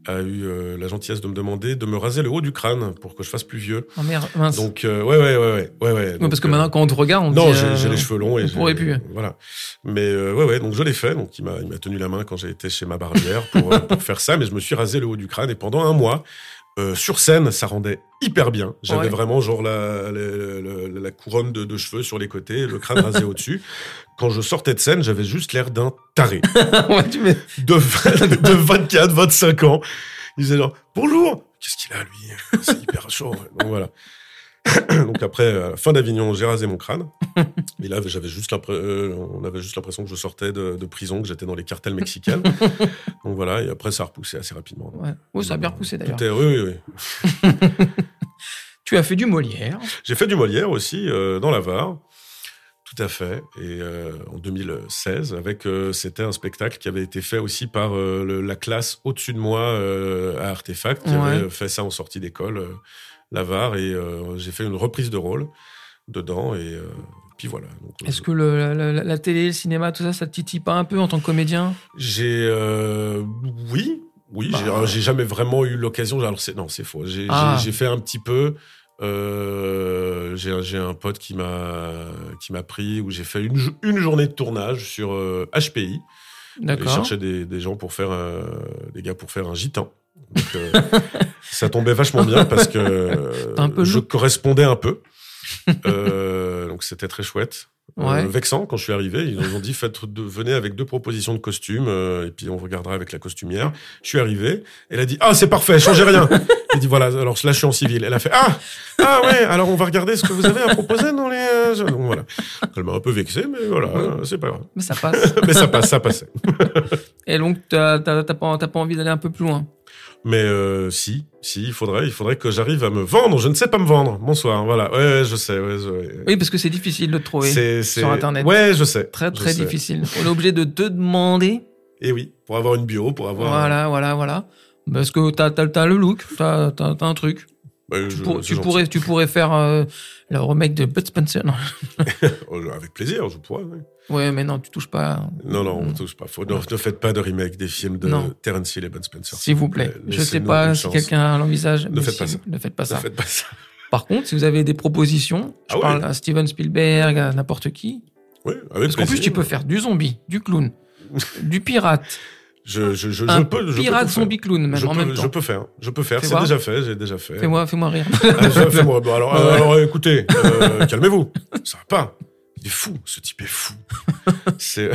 a eu euh, la gentillesse de me demander de me raser le haut du crâne pour que je fasse plus vieux. Ah merde, mince. Donc euh, ouais, ouais, ouais, ouais, ouais, ouais. Oui, parce Donc, que euh, maintenant, quand on te regarde, on te non, dit, j'ai euh, j'ai les cheveux longs et on j'ai- pourrait plus. Voilà. Mais euh, ouais, ouais, donc je l'ai fait. Donc il m'a, il m'a tenu la main quand j'ai été chez ma barbière pour, euh, pour faire ça, mais je me suis rasé le haut du crâne et pendant un mois. euh, sur scène, ça rendait hyper bien. J'avais Ouais. vraiment genre la, la, la- la couronne de, de cheveux sur les côtés, le crâne rasé au-dessus. Quand je sortais de scène, j'avais juste l'air d'un taré Ouais, tu mets- de, 20 de 24, 25 ans. Il disait genre, bonjour, qu'est-ce qu'il a lui C'est hyper chaud. ouais. Donc voilà. Donc après, à la fin d'Avignon, j'ai rasé mon crâne. Et là, j'avais juste l'impré- euh, on avait juste l'impression que je sortais de, de prison, que j'étais dans les cartels mexicains. Donc voilà, et après, ça a repoussé assez rapidement. ouais. Oh, ça a bien repoussé d'ailleurs. Tout est- oui, oui, oui. Tu as fait du Molière. J'ai fait du Molière aussi, euh, dans la Var. Tout à fait. Et euh, en 2016, avec euh, c'était un spectacle qui avait été fait aussi par euh, le- la classe au-dessus de moi euh, à Artefact, qui Ouais. avait euh, fait ça en sortie d'école, euh, Lavar, et euh, j'ai fait une reprise de rôle dedans, et euh, puis voilà. Donc, euh, Est-ce que le- la, la- la télé, le cinéma, tout ça, ça te titille pas un peu en tant que comédien J'ai euh, oui, oui, Bah, j'ai- alors, j'ai jamais vraiment eu l'occasion. Alors c'est non, c'est faux. J'ai Ah. j'ai- j'ai fait un petit peu. euh, j'ai j'ai un pote qui m'a qui m'a pris où j'ai fait une, jo- une journée de tournage sur euh, HPI. J'ai D'accord. cherché des, des gens pour faire euh, des gars pour faire un gitan. Donc, euh, ça tombait vachement bien parce que euh, T'as un peu je look. correspondais un peu. Euh, donc c'était très chouette. Ouais. Euh, vexant quand je suis arrivé. Ils nous ont dit faites de, venez avec deux propositions de costumes euh, et puis on regardera avec la costumière. Je suis arrivé. Elle a dit ah c'est parfait, changez rien. J'ai dit voilà alors là je suis en civil. Elle a fait ah ah ouais alors on va regarder ce que vous avez à proposer dans les euh, donc, voilà. Elle m'a un peu vexé mais voilà Ouais. c'est pas grave. Mais ça passe. Mais ça passe ça passait. Et donc, t'as t'as- t'as pas, t'as pas envie d'aller un peu plus loin. Mais euh, si si il faudrait il faudrait que j'arrive à me vendre. Je ne sais pas me vendre. Bonsoir voilà ouais ouais, je sais ouais. je- Oui, parce que c'est difficile de te trouver. C'est- c'est- Internet. Ouais je sais. Très, Je très sais. difficile. On est obligé de te demander. Et oui pour avoir une bio pour avoir. Voilà, voilà, voilà. Parce que t'as as, le look, t'as as, un truc. Bah, je- Tu, pour- c'est tu gentil. pourrais, tu pourrais faire euh, le remake de Bud Spencer. Non. Euh, Avec plaisir, je pourrais. oui. Ouais, mais non, tu touches pas. Non, non, on touche pas. Faut- ne, ne faites pas de remake des films de Mm. Non. Terence Hill et Ben Spencer. S'il vous plaît. Je sais Laissez-nous pas une si chance. quelqu'un l'envisage. mais faites si- pas ça. Ne faites pas Ne ça. faites pas ça. Par contre, si vous avez des propositions, Ah je ouais. parle à Steven Spielberg, à n'importe qui. Oui, avec Parce qu'en plus, plaisir. tu peux faire du zombie, du clown, du pirate, Je, je, je, je un peux. Je peux pirate tout faire. zombie clown, même Je en peux, même je temps. peux faire. Je peux faire. Fais C'est voir. déjà fait. J'ai déjà fait. Fais-moi, fais-moi rire. Ah, je- fais-moi. Bon, alors, Ouais. euh, alors, écoutez, euh, calmez-vous. Ça va pas. Il est fou. Ce type est fou. C'est euh,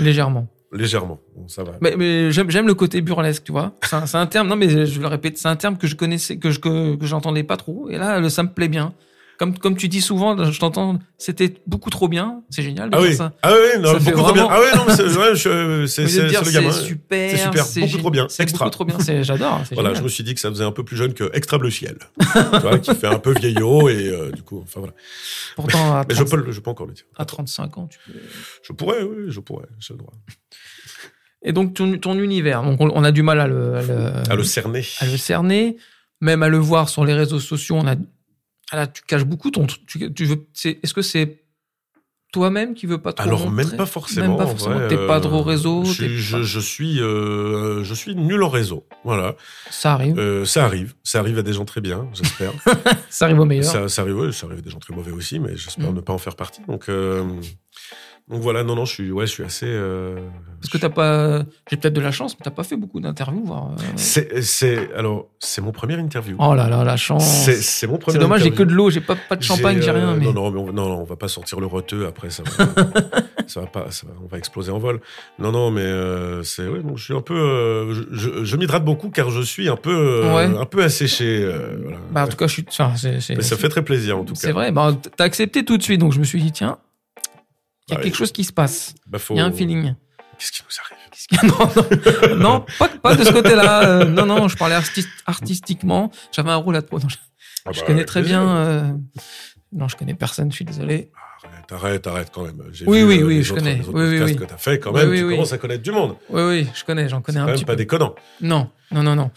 Légèrement. légèrement. On ça va. Mais, mais j'aime, j'aime le côté burlesque, tu vois. C'est un, c'est un terme, non mais je le répète, c'est un terme que je connaissais, que je, que, que j'entendais pas trop. Et là, le- ça me plaît bien. Comme, comme tu dis souvent, je t'entends, c'était beaucoup trop bien. C'est génial. de ah dire oui, ça. ah oui, non, ça fait beaucoup trop bien. Ah vraiment- oui, non, mais c'est ouais, je- c'est- Au lieu de c'est- dire, c'est le gamin. c'est super, C'est super, beaucoup gé- trop bien, c'est extra. Beaucoup trop bien, c'est- j'adore. c'est Voilà, je génial. me suis dit que ça faisait un peu plus jeune que Extra Bleu Ciel, tu vois, qui fait un peu vieillot et euh, du coup, enfin voilà. Pourtant, à, Mais je 30 peux, le- je peux encore le dire. à 35 ans, tu peux. Je pourrais, oui, je pourrais, j'ai le droit. Et donc, ton, ton univers, donc on, on a du mal à le, à Ah, le, À le cerner. à le cerner, même à le voir sur les réseaux sociaux. On a, ah là, tu caches beaucoup ton. Tu, tu veux, c'est, est-ce que c'est toi-même qui veux pas trop Ah, Alors montrer même pas forcément. Même pas en forcément. vrai, t'es pas euh, trop réseau. Je, t'es suis- je, pas- je suis, euh, je suis nul en réseau. Voilà, Ça arrive. Euh, ça arrive, ça arrive à des gens très bien, j'espère. ça arrive au meilleur. Euh, ça, ça arrive, ouais, ça arrive à des gens très mauvais aussi, mais j'espère Mm. ne pas en faire partie. Donc, euh, donc voilà, non, non, je suis, ouais, je suis assez. euh, Parce que t'as pas. J'ai peut-être de la chance, mais t'as pas fait beaucoup d'interviews, voire. euh, c'est, c'est, alors, c'est mon premier interview. Oh là là, la chance. C'est, c'est mon premier. C'est dommage, j'ai interview. que de l'eau, j'ai pas, pas de champagne, j'ai euh, rien. Mais... Non, non, mais on, non, non, on va pas sortir le roteux après, ça va, ça va pas, ça va- on va exploser en vol. Non, non, mais euh, c'est, ouais, bon, je suis un peu, euh, je, je- je m'hydrate beaucoup car je suis un peu, euh, Ouais. un peu asséché. euh, voilà. Bah, en tout cas, je suis. enfin, c'est, c'est- mais ça fait très plaisir en tout c'est cas. vrai. Bah, t'as accepté tout de suite, donc je me suis dit, tiens, il y a Bah, quelque chose qui se passe. Bah, faut- Il y a un feeling. Qu'est-ce qui nous arrive Qu'est-ce qu'il y a Non, non, non, pas, pas de ce côté-là. euh, non, non, je parlais artisti- artistiquement. J'avais un rôle à trop. non, je, Ah je bah, connais très plaisir. bien. euh, non, je connais personne. Je suis désolé. Arrête, arrête, arrête quand même. J'ai Oui, vu, oui, euh, oui, les je autres- connais. les autres Oui, oui, podcasts oui. que t'as fait quand Oui, même. oui, tu oui. commences à connaître du monde. Oui, oui, je connais. J'en C'est connais quand un même petit pas peu. déconnant. Non, non, non, non.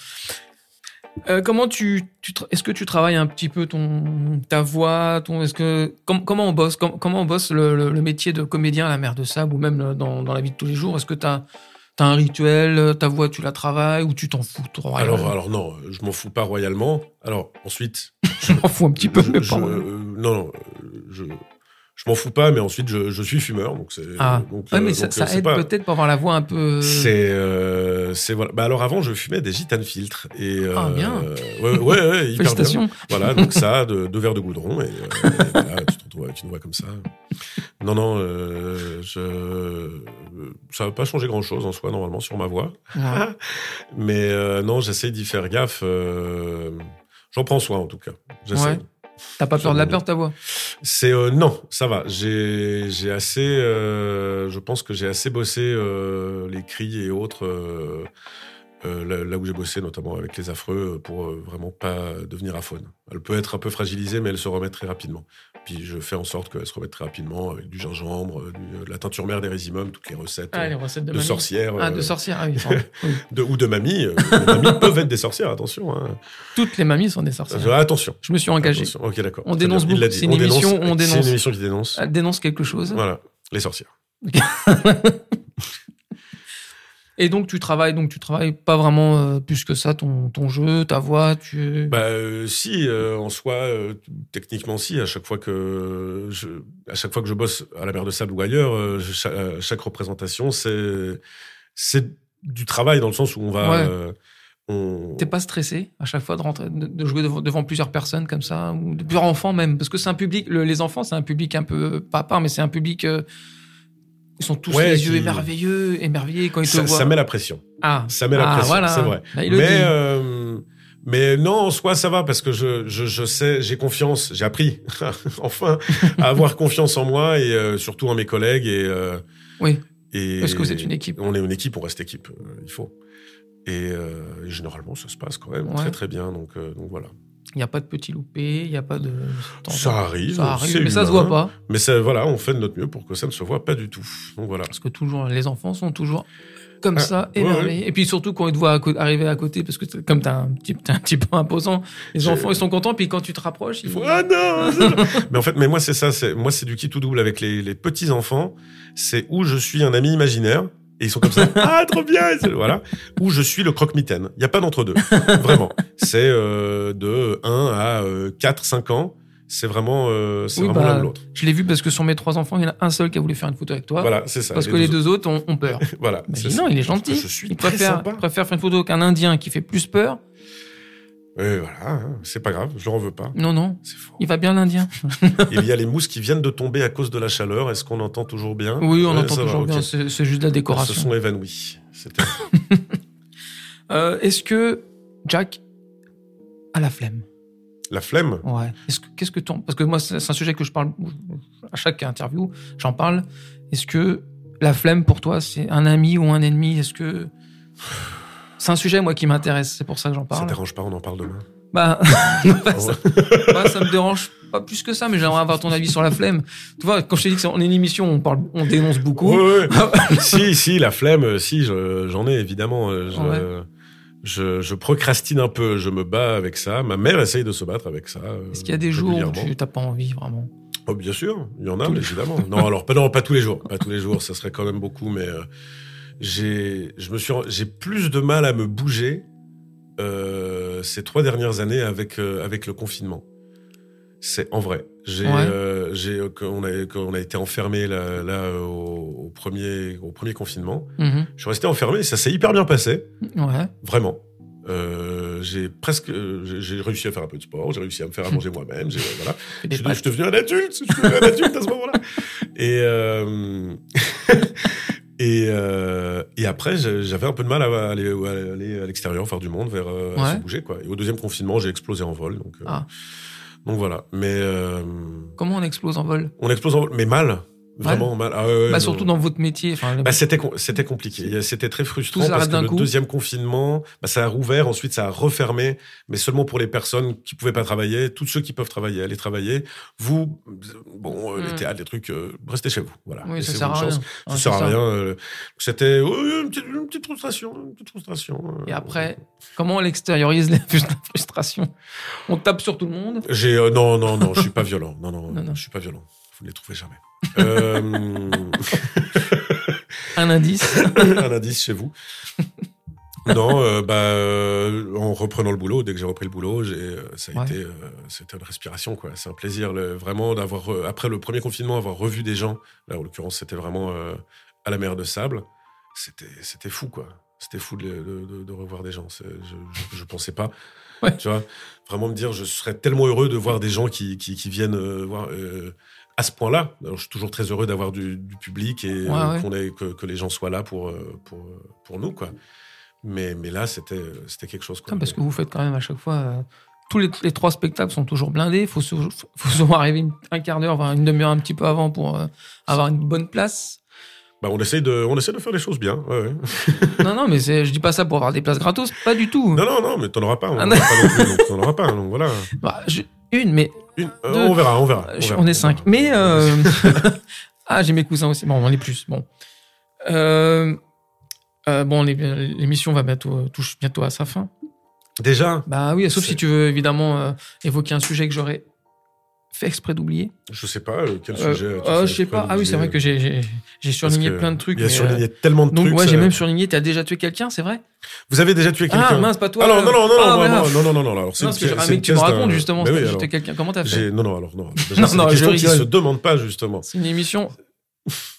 Euh, comment tu, tu tra- est-ce que tu travailles un petit peu ton ta voix, ton est-ce que com- comment on bosse, com- comment on bosse le, le- le métier de comédien à la mer de sable ou même euh, dans, dans la vie de tous les jours, est-ce que t'as as un rituel, euh, ta voix tu la travailles ou tu t'en fous toi, Alors, euh, alors non, je m'en fous pas royalement. Alors ensuite, je m'en fous un petit peu. je- mais je- pas vraiment. euh, non, non, euh, je, je m'en fous pas, mais ensuite je, je suis fumeur, donc c'est. Ah. donc, Ouais, euh, mais ça, donc, ça euh, c'est aide pas- peut-être pour avoir la voix un peu. euh, C'est, euh, c'est voilà. Bah alors avant, je fumais des gitanes filtres et. Ah, euh, bien. Ouais, ouais, ouais, hyper bien. Félicitations. Voilà, donc ça, de- deux verres de goudron, et, euh, et voilà, tu te retrouves avec une voix comme ça. Non, non, euh, je- ça n'a pas changé grand-chose en soi, normalement, sur ma voix. Ouais. Mais euh, non, j'essaie d'y faire gaffe. euh, J'en prends soin, en tout cas. J'essaie. Ouais. T'as pas peur de la peur de ta voix C'est euh, non, ça va. J'ai j'ai assez. euh, je pense que j'ai assez bossé euh, les cris et autres euh, euh, là, là où j'ai bossé, notamment avec les affreux, euh, pour euh, vraiment pas devenir aphone. Elle peut être un peu fragilisée, mais elle se remet très rapidement. Puis je fais en sorte qu'elle se remette très rapidement avec du gingembre, euh, du- de la teinture mère résimums, toutes les recettes euh, Ah, les recettes de, sorcières Ah, de euh, sorcières. Ah oui, sans- oui. de- ou de mamies. euh, les mamies peuvent être des sorcières, attention. hein. Euh, Toutes les mamies sont des sorcières. attention. Je me suis engagé. Attention. Ok, d'accord. On Très dénonce bien, il l'a beaucoup. dit. C'est une émission où on C'est dénonce. une émission qui dénonce. Elle dénonce quelque chose. Voilà, les sorcières. Et donc tu travailles, donc tu travailles pas vraiment euh, plus que ça ton, ton jeu, ta voix, tu. Bah euh, si, euh, en soi, euh, techniquement si. À chaque fois que je, à chaque fois que je bosse à la mer de sable ou ailleurs, euh, je- cha- euh, chaque, représentation c'est c'est du travail dans le sens où on va. Ouais. euh, on- T'es pas stressé à chaque fois de rentrer, de, de jouer devant, devant plusieurs personnes comme ça ou de plusieurs enfants même, parce que c'est un public. le- les enfants, c'est un public un peu pas à part, mais c'est un public. euh, ils sont tous Ouais, les yeux qui- émerveilleux, émerveillés quand ils ça, te voient. ça met la pression. Ah, Ça met la Ah, pression. voilà. C'est vrai. Là, il le dit. Mais euh, mais non, en soi, ça va parce que je, je, je sais, j'ai confiance, j'ai appris enfin à avoir confiance en moi et euh, surtout en mes collègues et. euh, Oui. et- Parce que vous êtes une équipe. On est une équipe, on reste équipe, euh, il faut. Et euh, généralement, ça se passe quand même Ouais. très très bien. Donc, euh, donc voilà. Il n'y a pas de petit loupé, il n'y a pas de. Ça arrive, Ça arrive, c'est mais ça se humain. voit pas. Mais ça, voilà, on fait de notre mieux pour que ça ne se voit pas du tout. Donc voilà. Parce que toujours, les enfants sont toujours comme Ah, ça, ouais, émerveillés. Et puis surtout quand ils te voient à cô- arriver à côté, parce que t'es- comme t'as un petit, t'es un petit peu imposant, les Je- enfants ils sont contents, puis quand tu te rapproches, ils Il faut- Ah non c'est- Mais en fait, mais moi c'est ça, c'est moi c'est du qui tout double avec les, les petits enfants. C'est où je suis un ami imaginaire et ils sont comme ça. ah trop bien, c'est- voilà. Où je suis le croque-mitaine. Il y a pas d'entre deux, vraiment. C'est euh, de 1 à 4, 5 ans. C'est vraiment, euh, c'est Oui, vraiment bah, l'un ou l'autre. Je l'ai vu parce que sur mes trois enfants, il y en a un seul qui a voulu faire une photo avec toi. Voilà, c'est ça. Parce que les deux autres ont, ont peur. autres. Voilà. Bah, c'est dis ça. non, il est Parce que gentil. Je suis Il très préfère, sympa. préfère faire une photo qu'un Indien qui fait plus peur. Oui, voilà, hein, c'est pas grave, je leur en veux pas. Non, non, C'est faux. il va bien l'Indien. Il y a les mousses qui viennent de tomber à cause de la chaleur. Est-ce qu'on entend toujours bien Oui, on Ouais, entend ça va, toujours ok. bien, c'est c'est juste de la Elles se décoration. sont évanouies. C'était. Euh, Est-ce que Jack a la flemme La flemme Ouais. Est-ce que- Qu'est-ce que t'en- Parce que moi, c'est c'est un sujet que je parle à chaque interview, j'en parle. Est-ce que la flemme pour toi, c'est un ami ou un ennemi Est-ce que. C'est un sujet, moi, qui m'intéresse, c'est pour ça que j'en Ça parle. dérange pas, on en parle demain. Bah, Ah ça, ouais. moi, ça me dérange pas plus que ça, mais j'aimerais avoir ton avis sur la flemme. Tu vois, quand je t'ai dit qu'on est une émission, on, parle, on dénonce beaucoup. Ouais, ouais. si, si, la flemme, euh, si, je- j'en ai évidemment. euh, Je, Ouais. je, je procrastine un peu, je me bats avec ça. Ma mère essaye de se battre avec ça. euh, Est-ce qu'il y a des jours où régulièrement. tu t'as pas envie, vraiment Oh, bien sûr, il y en a, Tous les évidemment. Non, alors, pas, non, pas tous les jours. Pas tous les jours, ça serait quand même beaucoup, mais euh, j'ai, je me suis, j'ai plus de mal à me bouger euh, ces trois dernières années avec, euh, avec le confinement. C'est en vrai. J'ai, Ouais. euh, j'ai, euh, quand on a, quand on a été enfermé là, là, euh, au, au premier, au premier confinement. Mhm. Je suis resté enfermé, ça s'est hyper bien passé. Ouais. Vraiment. Euh, j'ai presque, euh, j'ai- j'ai réussi à faire un peu de sport, j'ai réussi à me faire à manger moi-même, j'ai- voilà. Fais Je des suis, pâtes. je suis devenu un adulte, je suis devenu un adulte à ce moment-là. Et, euh, et, euh, et après, je- j'avais un peu de mal à aller, à aller à l'extérieur, faire du monde, vers, euh, à Ouais. se bouger. Quoi. Et au deuxième confinement, j'ai explosé en vol. Donc, euh, Ah. donc voilà. Mais euh, Comment on explose en vol on explose en vol, mais mal. Vraiment mal. Ah ouais, ouais, bah, non. Surtout dans votre métier. Enfin, le- Bah, c'était com- c'était compliqué. Il y a- C'était très frustrant Tout s'arrête parce que d'un le coup. deuxième confinement, bah, ça a rouvert, ensuite ça a refermé, mais seulement pour les personnes qui pouvaient pas travailler. Tous ceux qui peuvent travailler, allez travailler. Vous, bon, euh, les Mm. théâtres, les trucs, euh, restez chez vous. Voilà. oui, ça Laissez-vous sert une à rien. chance. Ouais, Ça sert c'est à ça. rien. euh, C'était euh, une, petite, une petite frustration, une petite frustration. euh. Et après, comment on l'extériorise la frustration On tape sur tout le monde. J'ai euh, non non non, je suis pas violent. Non non, Non, non. je suis pas violent. Vous ne les trouvez jamais. Euh, Un indice. un indice chez vous. Non, euh, bah, euh, en reprenant le boulot, dès que j'ai repris le boulot, j'ai, euh, ça a Ouais. été, euh, c'était une respiration, quoi. C'est un plaisir, le- vraiment, d'avoir, euh, après le premier confinement, avoir revu des gens. Là, en l'occurrence, c'était vraiment euh, à la mer de sable. C'était, c'était fou, quoi. C'était fou de, les- de- de- de revoir des gens. C'est- Je, je, je pensais pas. Ouais. Tu vois, vraiment me dire, je serais tellement heureux de voir des gens qui, qui, qui viennent euh, voir. euh, à ce point-là, Alors, je suis toujours très heureux d'avoir du, du public et Ouais, euh, ouais. qu'on ait- que, que les gens soient là pour, euh, pour, euh, pour nous. Quoi. Mais, mais là, c'était euh, c'était quelque chose. Quoi. Putain, parce que vous faites quand même à chaque fois. euh, tous les, les trois spectacles sont toujours blindés. Il faut, se- faut souvent arriver une- un quart d'heure, voire une demi-heure un petit peu avant pour euh, avoir une bonne place. Bah, on, essaye de, on essaie de faire les choses bien. ouais, ouais. Non, non, mais c'est- je dis pas ça pour avoir des places gratos, pas du tout. Non, non, non, mais t'en auras pas. On Ah, n'en non. aura pas non plus. donc t'en auras pas. Donc voilà. Bah, je- une, mais Une- euh, Deux. on verra, on verra. Je- verra, on est verra. cinq. Mais. euh, ah, j'ai mes cousins aussi. Bon, on est plus. Bon. Euh, euh, bon, les- l'émission va bientôt, euh, touche bientôt à sa fin. Déjà, Bah oui, sauf C'est- si tu veux évidemment euh, évoquer un sujet que j'aurais fait exprès d'oublier. je sais pas euh, quel Euh, sujet. tu euh, fais je sais exprès pas. Ah oui, d'oublier, c'est vrai que j'ai- j'ai j'ai parce surligné que plein de trucs. Il a mais, euh, surligné tellement de donc trucs. ouais, ça- j'ai même surligné. T'as déjà tué quelqu'un, c'est vrai Vous avez déjà tué quelqu'un Ah mince, pas toi. Ah non, non, non, non, Ah, non, merde. non, non, non, non, non, alors, c'est Non, une parce que pièce- j'aurais c'est aimé une que tu me pièce d'un- racontes justement. Mais oui, J'ai alors. tué quelqu'un. Comment t'as fait J'ai- Non, non, alors non. Non, Déjà, c'est non, des je questions qui rigole. se demandent pas, justement. C'est une émission.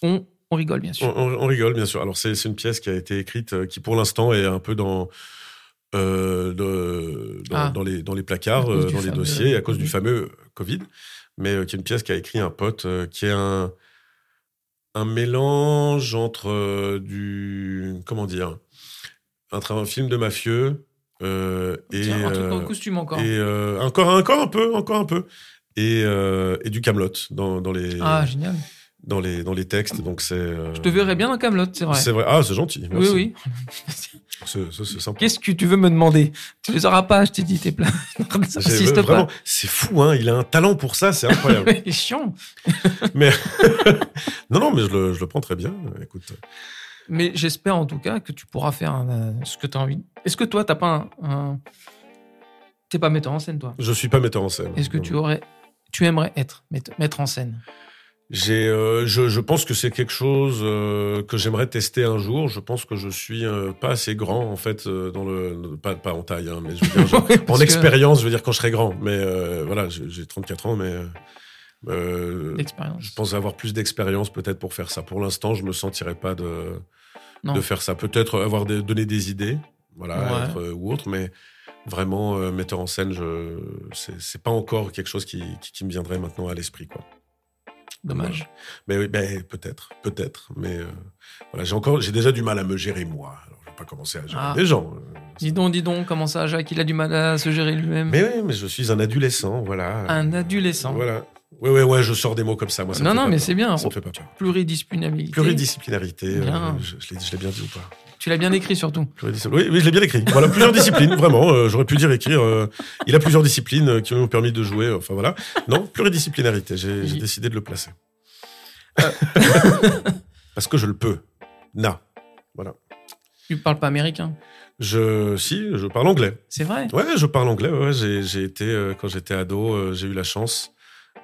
on, on rigole bien On, sûr. on- on rigole, bien sûr. Alors, c'est c'est une pièce qui a été écrite, euh, qui pour l'instant est un peu dans, euh, de- dans, Ah. dans les, dans les À placards, cause euh, du dans les fameux dossiers, à cause du Covid. fameux Covid, mais euh, qui est une pièce qu'a écrit un pote, euh, qui est un, un mélange entre euh, du. Comment dire Entre un film de mafieux euh, et. Tiens, un truc en euh, costume encore. Et euh, encore, encore un peu, encore un peu. Et, euh, et du Camelot dans, dans les Ah génial. dans les dans les textes. Donc c'est. euh, Je te verrais bien dans Camelot, c'est vrai. C'est vrai. Ah, c'est gentil. Oui, merci. oui. C'est- c'est- c'est sympa. Qu'est-ce que tu veux me demander Tu les auras pas, je t'ai dit, tes plats. J'ai- Insiste vraiment, pas. c'est fou, hein. Il a un talent pour ça, c'est incroyable. Mais chiant. non, non, mais je le, je le prends très bien. Écoute, Mais j'espère en tout cas que tu pourras faire un, euh, ce que tu as envie. Est-ce que toi, t'as pas un. un- T'es pas metteur en scène, toi je suis pas metteur en scène. euh, Est-ce que tu Non. aurais. Tu aimerais être mette- metteur en scène J'ai, euh, je, je pense que c'est quelque chose euh, que j'aimerais tester un jour. Je pense que je suis euh, pas assez grand en fait euh, dans le pas, pas en taille, hein, mais je veux dire, je- en Parce que expérience, je veux dire quand je serai grand. Mais euh, voilà, j'ai j'ai 34 ans, mais euh, euh, L'expérience. je pense avoir plus d'expérience peut-être pour faire ça. Pour l'instant, je me sentirais pas de, Non. de faire ça. Peut-être avoir des- donné des idées, voilà, Ouais. être, euh, ou autre, mais vraiment euh, metteur en scène, je c'est c'est pas encore quelque chose qui, qui, qui me viendrait maintenant à l'esprit, quoi. Dommage. Mais oui, ben, peut-être, peut-être. Mais euh, voilà, j'ai encore, j'ai déjà du mal à me gérer moi. Alors, je vais pas commencer à gérer Ah. des gens. Dis donc, dis donc, comment ça, Jacques, il a du mal à se gérer lui-même Mais oui, mais je suis un adolescent, voilà. Un adolescent. Voilà. Ouais, ouais, ouais, je sors des mots comme ça. Moi, ça me non, fait non, pas mais peur. c'est bien. Ça me fait pas peur. Pluridisciplinabilité. Pluridisciplinarité, euh, Bien. je, je l'ai je l'ai bien dit ou pas Tu l'as bien écrit surtout. Pluridiscipl- Oui, oui, je l'ai bien écrit. Voilà, plusieurs disciplines, vraiment. euh, J'aurais pu dire écrire. euh, il a plusieurs disciplines euh, qui m'ont permis de jouer. euh, Enfin voilà. Non, pluridisciplinarité. J'ai j'ai Il- décidé de le placer. Euh. Parce que je le peux. Na. Tu parles pas américain. Je, si, je parle anglais. C'est vrai. Ouais, je parle anglais. Ouais, j'ai j'ai été euh, quand j'étais ado, euh, j'ai eu la chance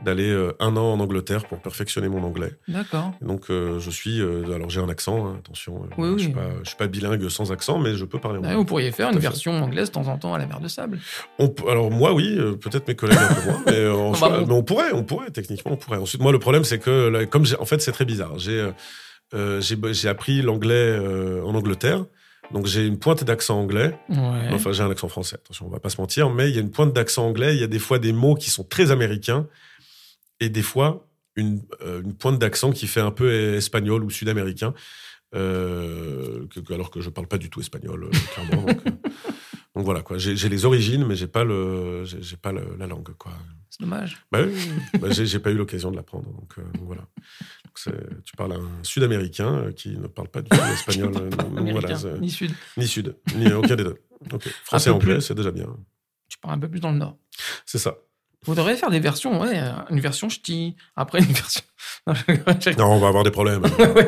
d'aller euh, un an en Angleterre pour perfectionner mon anglais. D'accord. Et Donc euh, je suis, euh, alors j'ai un accent, hein, attention, euh, Oui, je suis oui. pas, je suis pas bilingue sans accent, mais je peux parler Bah, anglais. vous pourriez faire Tout à une fait. version anglaise de temps en temps à la mer de sable. On peut- alors moi oui, euh, peut-être mes collègues un peu moins, mais, euh, en bah, soi, bon. mais on pourrait, on pourrait techniquement, on pourrait. Ensuite moi le problème c'est que là, comme j'ai- en fait c'est très bizarre, j'ai euh, euh, j'ai j'ai appris l'anglais euh, en Angleterre, donc j'ai une pointe d'accent anglais. Ouais. Enfin, j'ai un accent français, attention, on va pas se mentir, mais il y a une pointe d'accent anglais, il y a des fois des mots qui sont très américains, et des fois une, euh, une pointe d'accent qui fait un peu espagnol ou sud-américain, euh, que- que- alors que je parle pas du tout espagnol, euh, clairement. donc, euh, donc voilà, quoi. J'ai j'ai les origines, mais j'ai pas, le, j'ai j'ai pas le- la langue, quoi. C'est dommage. Bah, oui, oui. Bah, j'ai j'ai pas eu l'occasion de l'apprendre, donc, euh, donc voilà. Donc, c'est- tu parles à un sud-américain euh, qui ne parle pas du tout espagnol, euh, donc voilà, Américain, c'est- ni sud. ni sud, ni aucun des deux. Ok. Français, peu anglais, plus. c'est déjà bien. Tu parles un peu plus dans le nord. C'est ça. Vous devriez faire des versions, ouais. euh, Une version ch'ti, après une version. Non, je rigole, je rigole. Non, on va avoir des problèmes.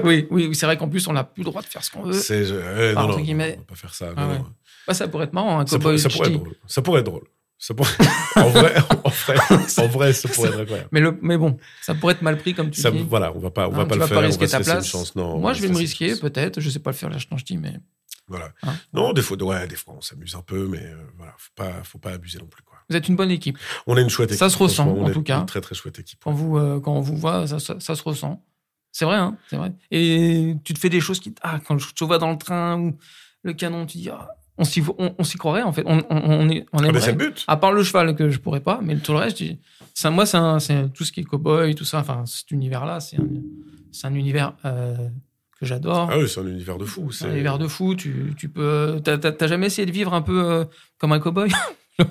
oui, oui, oui, c'est vrai qu'en plus, on n'a plus le droit de faire ce qu'on veut. C'est, je- eh, Par non, entre non, on guillemets. va pas faire ça. Ah non, ouais. non. Bah, ça pourrait être marrant, un Ça, pour- cowboy ça pourrait être ch'ti. drôle. Ça pourrait être drôle. Ça pourrait- en vrai, en vrai, en vrai, ça pourrait être incroyable. Mais, le, mais bon, ça pourrait être mal pris, comme tu Ça, dis. voilà, on va pas, on Hein, va pas tu le vas faire. pas on va risquer se ta laisser une place. chance. Non, on Moi, va se je vais me laisser une risquer, chance. peut-être. Je sais pas le faire, la ch'ti, mais. Voilà. Hein. Non, des fois, ouais, des fois, on s'amuse un peu, mais euh, voilà, faut pas, faut pas abuser non plus. Quoi. Vous êtes une bonne équipe. On est une chouette équipe. Ça se ressent, franchement, on en est tout cas. Une très très chouette équipe. Quand, vous, euh, quand on vous voit, ça, ça- ça se ressent. C'est vrai, hein, c'est vrai. Et tu te fais des choses qui. t- Ah, quand je te vois dans le train ou le canon, tu dis. ah, on s'y vo- on, on s'y croirait, en fait. On, on, on, est, on Ah, mais aimerait. c'est le but. À part le cheval que je pourrais pas, mais tout le reste, j'ai- ça, moi, c'est un- c'est tout ce qui est cowboy, tout ça. Enfin, cet univers-là, c'est un, c'est un univers euh, que j'adore. Ah oui, c'est un univers de fou. c'est C'est un univers de fou. Tu, tu peux. T'as t'as- t'as jamais essayé de vivre un peu euh, comme un cowboy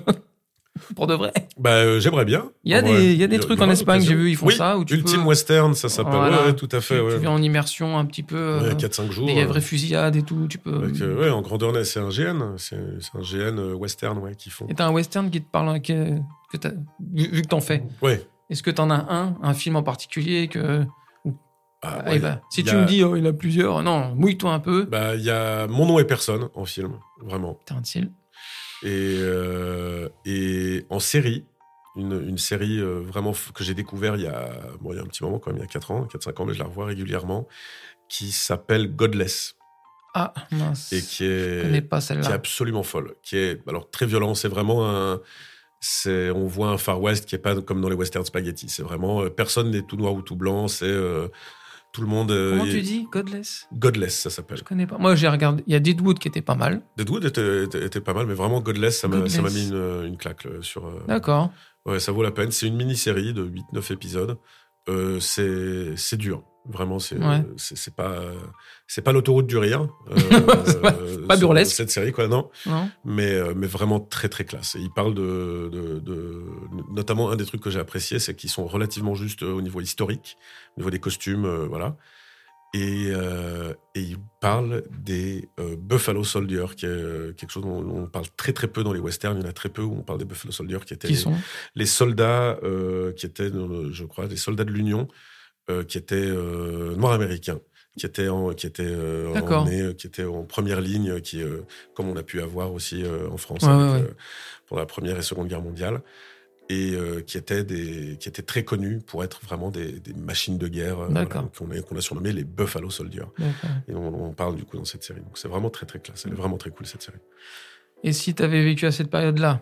Pour de vrai. Bah, euh, j'aimerais bien. Il y a En vrai, des- il y a des y trucs aura en Espagne, l'occasion. j'ai vu, ils font Oui, ça, où tu Ultime peux- Western, ça s'appelle. Mmh. Voilà. Ouais, tout à fait. tu, ouais. tu viens en immersion un petit peu. Ouais, euh, 4-5 jours. des euh, vraies fusillades et tout. Tu peux. Avec, euh, ouais, en grandeur nature, c'est un GN, c'est c'est un GN euh, western ouais, qu'ils font. Et t'as un western qui te parle. hein, qui- que t'as- vu, vu que t'en fais. Ouais. Est-ce que t'en as un, un film en particulier que. Ah, Eh ouais. ben, si il y tu a- me dis, oh, il a plusieurs, non, mouille-toi un peu. Bah, il y a Mon nom et personne en film, vraiment. Putain, Thiel. Et, euh, et en série, une, une série euh, vraiment f- que j'ai découvert il y, a, bon, il y a un petit moment, quand même, il y a 4 ans, 4-5 ans, mais je la revois régulièrement, qui s'appelle Godless Ah, mince. et qui Je connais est, pas qui est celle-là. absolument folle, qui est alors très violent. C'est vraiment un. C'est, on voit un Far West qui est pas comme dans les westerns spaghetti. C'est vraiment euh, personne n'est tout noir ou tout blanc. C'est euh, tout le monde. euh, Comment est- tu dis Godless Godless, ça s'appelle. Je connais pas. Moi, j'ai regardé. Il y a Deadwood qui était pas mal. Deadwood était, était- était pas mal, mais vraiment Godless, ça m'a Godless. ça m'a mis une, une claque euh, sur. euh, D'accord. ouais, ça vaut la peine. C'est une mini-série de 8-9 épisodes. Euh, c'est c'est dur. Vraiment, c'est Ouais. c'est c'est pas c'est pas l'autoroute du rire. euh, C'est pas- euh, pas burlesque. Cette série, quoi, non. Non mais, euh, mais vraiment très très classe. Et il parle de, de, de- notamment un des trucs que j'ai apprécié, c'est qu'ils sont relativement justes euh, au niveau historique, au niveau des costumes, euh, voilà. Et, euh, et il parle des euh, Buffalo Soldiers, qui est euh, quelque chose dont on parle très très peu dans les westerns. Il y en a très peu où on parle des Buffalo Soldiers, qui étaient Qui les- sont les soldats euh, qui étaient, euh, je crois, les soldats de l'Union, euh, qui étaient euh, noirs américains, qui étaient en, qui étaient, euh, D'accord. emmenés, euh, qui étaient en première ligne, euh, qui, euh, comme on a pu avoir aussi euh, en France Ouais, avec, ouais, ouais. euh, pendant la première et seconde guerre mondiale, et euh, qui étaient des, qui étaient très connus pour être vraiment des, des machines de guerre, euh, D'accord. voilà, qu'on a, qu'on a surnommé les Buffalo Soldiers. D'accord. Et on, on parle du coup dans cette série. Donc c'est vraiment très très classe. Elle est vraiment très cool cette série. Et si t'avais vécu à cette période-là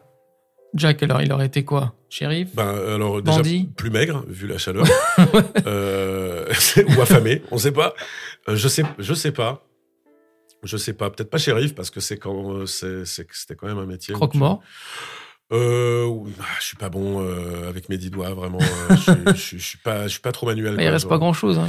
Jack, alors, il aurait été quoi Shérif Ben, alors, déjà, Bandit. plus maigre, vu la chaleur. Euh, ou affamé, on sait pas. Euh, je sais, je sais pas. Je sais pas. Peut-être pas shérif, parce que c'est quand, euh, c'est, c'est- c'était quand même un métier. où tu- Croque-mort Euh, oui, bah, je suis pas bon euh, avec mes dix doigts, vraiment. euh, je, je- je suis pas, je suis pas trop manuel. Mais Ah, il quoi, reste genre. pas hein. grand chose.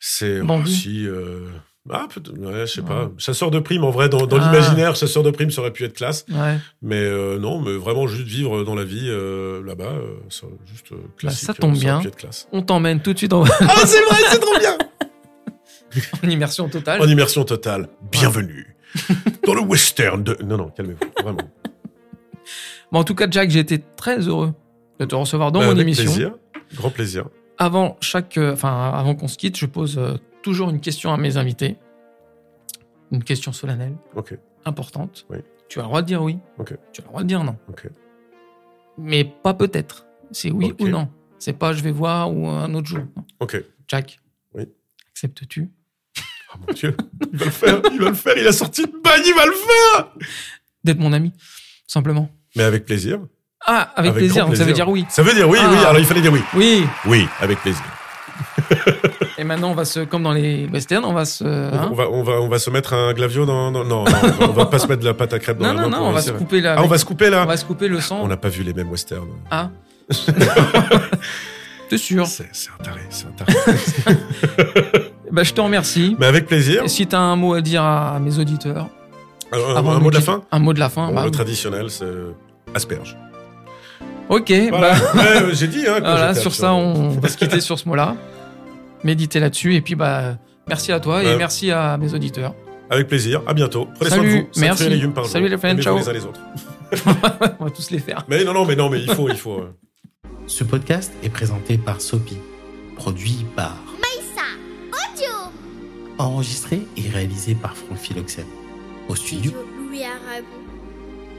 C'est Bon, oh, oui. si. euh, Ah, peut- ouais, je sais Ouais. pas. Chasseur de primes, en vrai, dans, dans Ah. l'imaginaire, chasseur de primes, ça aurait pu être classe. Ouais. Mais euh, non, mais vraiment, juste vivre dans la vie euh, là-bas, euh, ça, juste euh, classique. Bah, ça tombe aurait bien. pu être classe. On t'emmène tout de suite en, Ah, c'est vrai, c'est trop bien en immersion totale. En immersion totale, bienvenue dans le western de. Non, non, calmez-vous, vraiment. Bon, en tout cas, Jack, j'ai été très heureux de te recevoir dans Bah, mon avec émission. plaisir, grand plaisir. Avant chaque, euh, enfin, avant qu'on se quitte, je pose euh, toujours une question à mes invités, une question solennelle, Ok. importante. Oui. Tu as le droit de dire oui. Ok. Tu as le droit de dire non. Ok. Mais pas peut-être. C'est oui Ok. ou non. C'est pas je vais voir ou un autre jour. Non. Ok. Jack. Oui. Acceptes-tu Oh mon dieu, il va le faire, il va le faire, il a sorti de bagne, il va le faire d'être mon ami, simplement Mais avec plaisir. Ah, avec, Avec plaisir. grand Donc ça veut plaisir. dire oui. Ça veut dire oui, Ah. oui, alors il fallait dire oui. Oui. Oui, avec plaisir. Et maintenant, on va se, comme dans les westerns, on va se. hein on, va, on, va, on va se mettre un glavio dans. dans- non, non, on va pas se mettre de la pâte à crêpes dans non, la non, main non, pour on va se réussir. couper là. Ah, on va se couper là on va se couper le On sang. n'a pas vu les mêmes westerns. Ah. T'es sûr C'est c'est un taré, c'est un taré. bah, Je te remercie. Mais avec plaisir. Et si t'as un mot à dire à mes auditeurs. Alors, un, avant un mot nous de la quitter- fin Un mot de la fin. Bon, bah, Le traditionnel, c'est asperge. ok, Voilà, bah, Ouais, j'ai dit. Hein, que voilà, j'étais sur absurde. ça, on va se quitter sur ce mot-là. Méditer là-dessus. Et puis, bah, merci à toi et Ouais. merci à mes auditeurs. Avec plaisir, à bientôt. Prenez soin Salut, de vous. Cinq merci. fruits et légumes par jour. Salut les fans, Aimez-vous ciao. les uns les autres. on va tous les faire. Mais non, non, mais non, mais il faut, il faut. euh, Ce podcast est présenté par Sopi, produit par enregistré et réalisé par Franck Philoxène, au studio Louis Aragon.